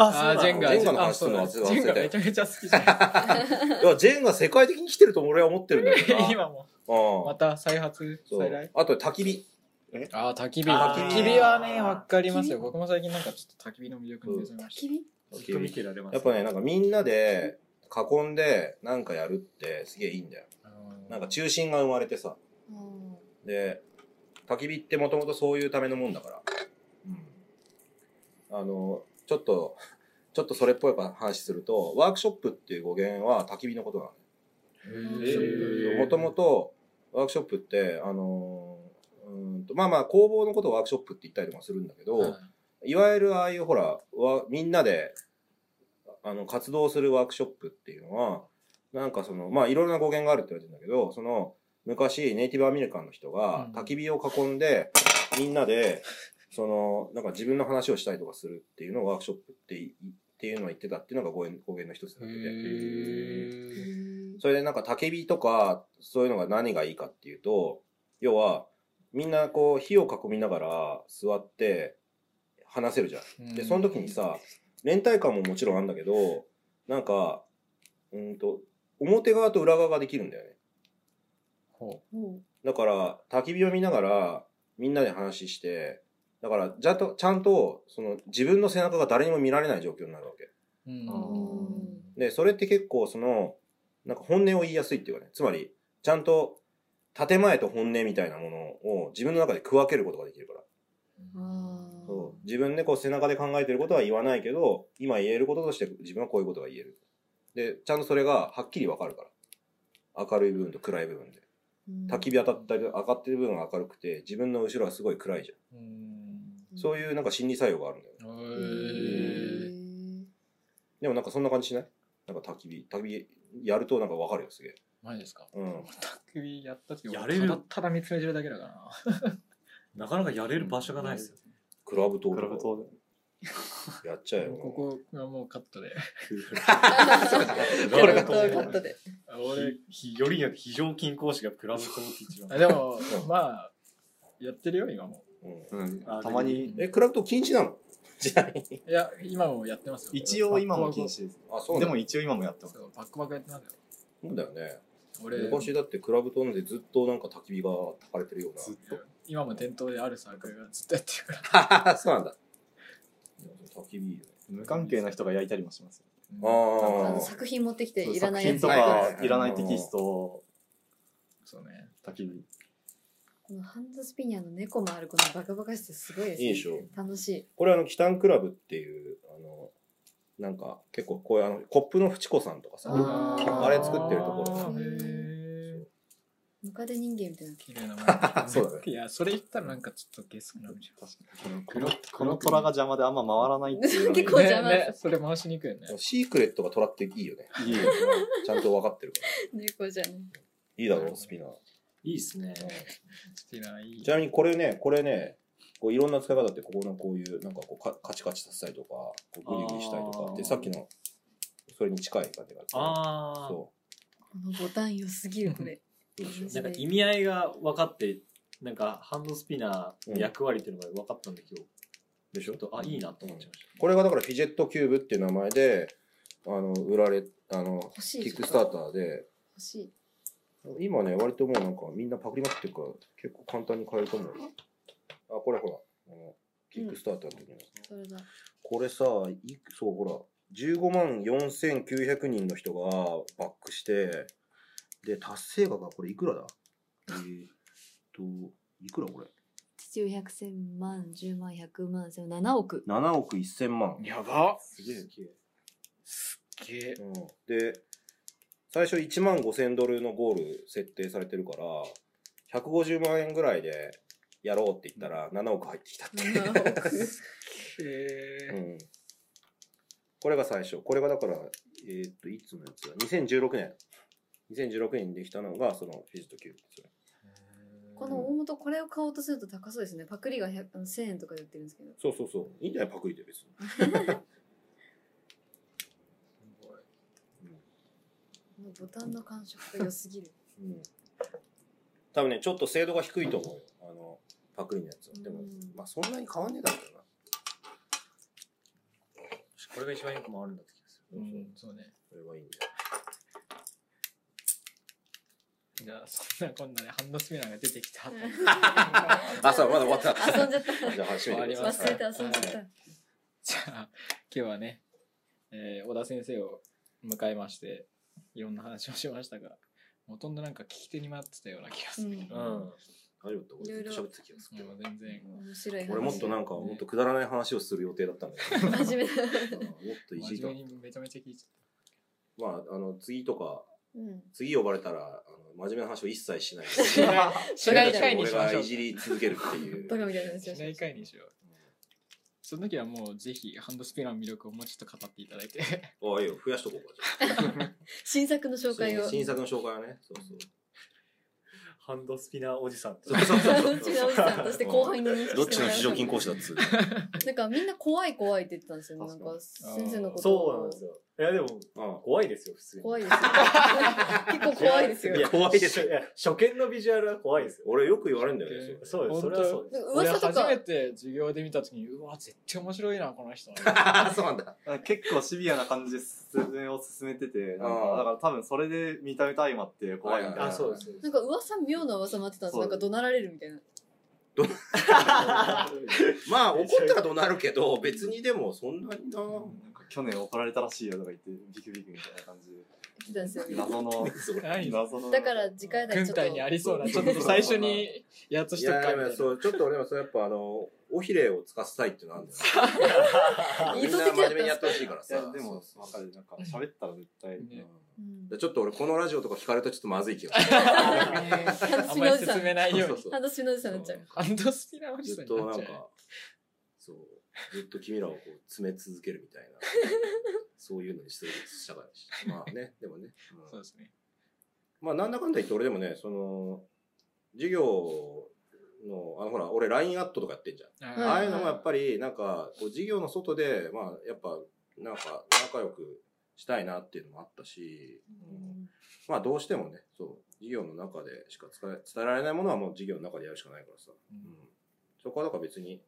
あージェンガ
ジェンガの話するの
あそうだ
忘れ
ジェ
て
ン
た
ガ
よ
めちゃめちゃ好きじゃん
いや、ジェンガ世界的に来てると俺は思ってるんだけど な。
今も
うん
また再発
そ
再
う
来。
あと、焚き火。
ああ焚き火
あ
焚
ー
き火はねわかりますよ
焚き火
僕も最近なんかちょっと焚き火の魅力に目覚
焚
まし
き火
ずっと見てられます。
やっぱね、なんかみんなで、囲んで、なんかやるって、すげえいいんだよ。
た
なんか中心が生まれてさ。
あー
で、焚き火ってもともとそういうためのもんだから。うん。あの、ちょっと、ちょっとそれっぽい話すると、ワークショップっていう語源は焚き火のことなの。
へー
もともとワークショップって、あのーうーんとまあまあ工房のことをワークショップって言ったりとかするんだけど、
はい
いわゆるああいうほらわみんなでああの、活動するワークショップっていうのは、なんかその、まあ、いろいろな語源があるって言われてるんだけど、その、昔、ネイティブアメリカンの人が、焚き火を囲んで、みんなで、その、なんか自分の話をしたりとかするっていうのをワークショップってい、っていうのは言ってたっていうのが語源語源の一つになってて。それでなんか焚き火とか、そういうのが何がいいかっていうと、要は、みんなこう火を囲みながら座って話せるじゃん。で、その時にさ、連帯感ももちろんあるんだけど、なんか、うんと、表側と裏側ができるんだよね。だから、焚き火を見ながら、みんなで話して、だから、ちゃんと、ちゃんと、その、自分の背中が誰にも見られない状況になるわけ。で、それって結構その、なんか本音を言いやすいっていうかね、つまり、ちゃんと建前と本音みたいなものを自分の中で区分けることができるから。そう自分でこう背中で考えてることは言わないけど、今言えることとして自分はこういうことが言える。で、ちゃんとそれがはっきりわかるから。明るい部分と暗い部分で。焚き火当たったり、上がってる部分が明るくて、自分の後ろはすごい暗いじゃん。そういうなんか心理作用があるんだよね。でもなんかそんな感じしないなんか焚き火、焚き火やるとなんかわかるよ、すげえ。
マジですか
うん。
首やった時
や
や
れ
れ
る
るただただ見つめてるだけだからな
なかなかやれる場所がないですよ。
クラブ島
クラブ
と
島で。
かやっちゃえよ。
ここがもうカットで
これがカットで。
俺
ひよりによって非常勤講師がクラブコーティチ
あでもまあやってるよ今も
うん
うん
あ
たまに、
え、クラブ島禁止なの時代に。
いや今もやってますよ
一応今も禁止です。
あ、そう
で
な
も
の
一応今もやってます
そ。うバックバックやってますよ
そうだよね。
俺
昔だってクラブ島でずっとなんか焚き火が焚かれてるよう
今も店頭であるサークルがずっとやってるから
な。 そうなんだ。焚き火いいよね。
無関係な人が焼いたりもします。
あの
あ
作品持ってきて
そう
いらないやつ
作
は
品
い
と
はいは
か、
い
いらないテキストを
そうね
焚き火。
このハンズスピニアの猫もあるこのバカバカしてすごいで
あ。
す
いい
ね
でしょ。
楽しい
これあの、キタンクラブっていう、あの、なんか結構こういうあの、コップのフチコさんとかさ、
あー
あれ作ってるところ
あーへー
ムカデ人間みたいな
綺麗なもん
そうだね
いやそれ言ったらなんかちょっとゲスくな るじゃん
このこの虎が邪魔であんま回らないっていう の
結構
が
邪魔
ねねそれ回しにくいよね
シークレットがトラっていいよね。
いいよ
ちゃんと分かってるから。
猫じゃん
いいだろう、スピナー。
いいですね。
スティラーいい
ちなみにこれね、これね、こういろんな使い方って、ここのこういう、なんかこうか、カチカチさせたりとか、こうグリグリしたりと
あ
か、
ー
で、さっきの、それに近い感じがある。
あ
そ
このボタン良すぎるこれ
う。いいでしょ
あ。なんか意味合いが分かって、なんかハンドスピナーの役割っていうのが分かったんで今日。
でしょ
ちょっとあ、いいなと思っちゃいまし
これがだから、フィジェットキューブっていう名前で、あの、売られ、あの、
欲し
キ
い
ックスターターで、
欲しい
今ね、割ともうなんかみんなパクりまくってるから、結構簡単に買えると思う。あ、これほら、あの、キックスターターの時の。
それだ
これさ、いくそうほら、15万4900人の人がバックして、で、達成額がこれいくらだえーっと、いくらこれ
父親100千万10万100万千7億
?7 億1000万。
やば
た。すげえ。
すげえ
うん、で、最初1万5000ドルのゴール設定されてるから、150万円ぐらいでやろうって言ったら7億入ってきたって。
へ
う
え
ん。これが最初。これがだから、えーっと、いつのやつだ ?2016 年。2016年にできたのが、その、フィジットキューブですよね。
この大元これを買おうとすると高そうですねパクリが100あの1000円とかで売ってるんですけど
そうそうそう。いいんじゃないパクリで別に。
このボタンの感触が良すぎる
うん。多分ね、ちょっと精度が低いと思うよ。あの、パクリのやつは。でも
うん、
まあそんなに変わんねえだろうな。
これが一番よく回るんだって気がす
う
る。
んそうね
それはいいんだよ。
じゃあそんなこんなねハンドスピナーが出てきた
あ、そう、まだ終 わってなか
遊んじゃっ
った。じゃあ、始めてくだ
た
さ
忘れ
い。
て遊んじゃっ た
じゃあ今日はね、えー小田先生を迎えましていろんな話をしましたがほとんどなんか聞き手に回ってたような気がする、
う
う
ん
ん。
大丈夫だった。
いろい
俺
ろ
ずっと喋ってた気がす
もう全然
面白い
る。俺もっとなんか、もっとくだらない話をする予定だったんだけど、 うんもっ
真面目だ
といじり
真
と
面目にめちゃめちゃ聞いち
まあ、あの、次とか、
うん
次呼ばれたら、あの真面目な話を一切しない。
ゃったしない回に
俺
しま
が
しょう
いじり続けるっていう。
バカみたいな話
し
をし
ない回にしようその時はもうぜひハンドスピナーの魅力をもうちょっと語っていただいて
ああ、いいよ、増やしとこうか。じ
新作の紹介
ゃ
を
あ新作の紹介はね。そうそう。
ハンドスピナーおじさんって
そうそうそう
うちのおじさんとして後輩に認識して
どっちの非常勤
も
講師だっつう。
らうなんかみんな怖い怖いって言ってたんですよねなん
確か
か
に
先生のこと
そうなんですよいやでも
うん
怖いですよ普通に
怖いで すよ結構怖いですよ
いや怖いですよ
よ初見のビジュアルは怖いですよ
俺よく言われるんだよねそ
そう
れ。
ですそ
本当
れはそうです
俺
噂と
初
か
めて授業で見た時にうわ絶対面白いなこの人
ああ、そうなんだ。
なんか結構シビアな感じで進めを進めてて、なん
あ
か
あ
だから多分それで見た目と相まって怖いみたいな。
あそうです
なんか噂妙な噂待ってたんですよなんか怒鳴られるみたいな
まあ、怒ったらどうなるけど、別にでもそんなにな。
なんか去年怒られたらしいよとか言って、ビクビクみたいな感じで。
言ってたんですよね
謎の、
何
謎の。
だから次回だけ
軍
ちょっと
隊にありそうなちょっと最初にやつ
い
しとくか
や、
みた
で
いな
もそう、ちょっと俺もそれやっぱあの、尾ひれを使わせたいっていうのあるんだよ。
意
み
図
んな
的
真
だった
面
んで
目にや
す
ってほしいから
い
さ。
や、でも、わかる。なんか喋ったら絶対。
うん。
ね
うん
でちょっと俺このラジオとか聞かれたらちょっとまずい気がす
あんまり進めない
る。
よ
そうう
に
そうそう。
半年のおじさんになっちゃう
ハンドスピナーおじ
ず
さ
っ
ん
と
にな
な
っ
ん
ち
か
ゃう、
そう、ずっと君らをこう詰め続けるみた いな、そういうのにする社会だし。まあね、でもね。うん
そうですね
まあなんだかんだ言って俺でもね、その、授業の、あのほら、俺 LINE アットとかやってんじゃん。
はい
ああいうのもやっぱりなんか、こう授業の外で、まあやっぱ、なんか仲良くしたいなっていうのもあったし、まあどうしてもね、そう、授業の中でしか使え伝えられないものはもう授業の中でやるしかないからさ。
う
うんん。そこはだから別に、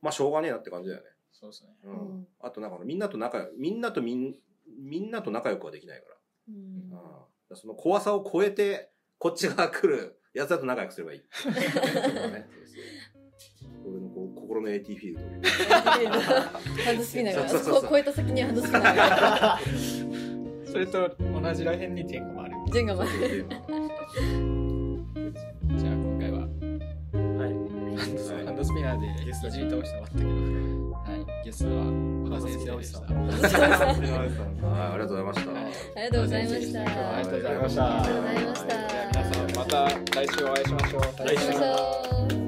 まあしょうがねえなって感じだよね。
そうですね
うん。
うん
あとなんかみんなと仲良みんなとみん、みんなと仲良くはできないから。
うん
うんだからその怖さを超えて、こっちが来るやつだと仲良くすればいい。ねそうそう俺のこう心の AT フィールド。
ハンドスピナーがあそこを超えた先にハンドスピナーが
それと同じらへんに点がもある
ジェンガまで
じゃあ今回は
はい
ハンドスピナーでいじり倒してもらったけど、はい、ゲストは和田先生でした。
はい、ありがとうございました。
ありがとうございました
ありがとうございまし
あ
た。
りがとうございました
じゃあ皆さんまた来週お会いしましょう。
来週ましょう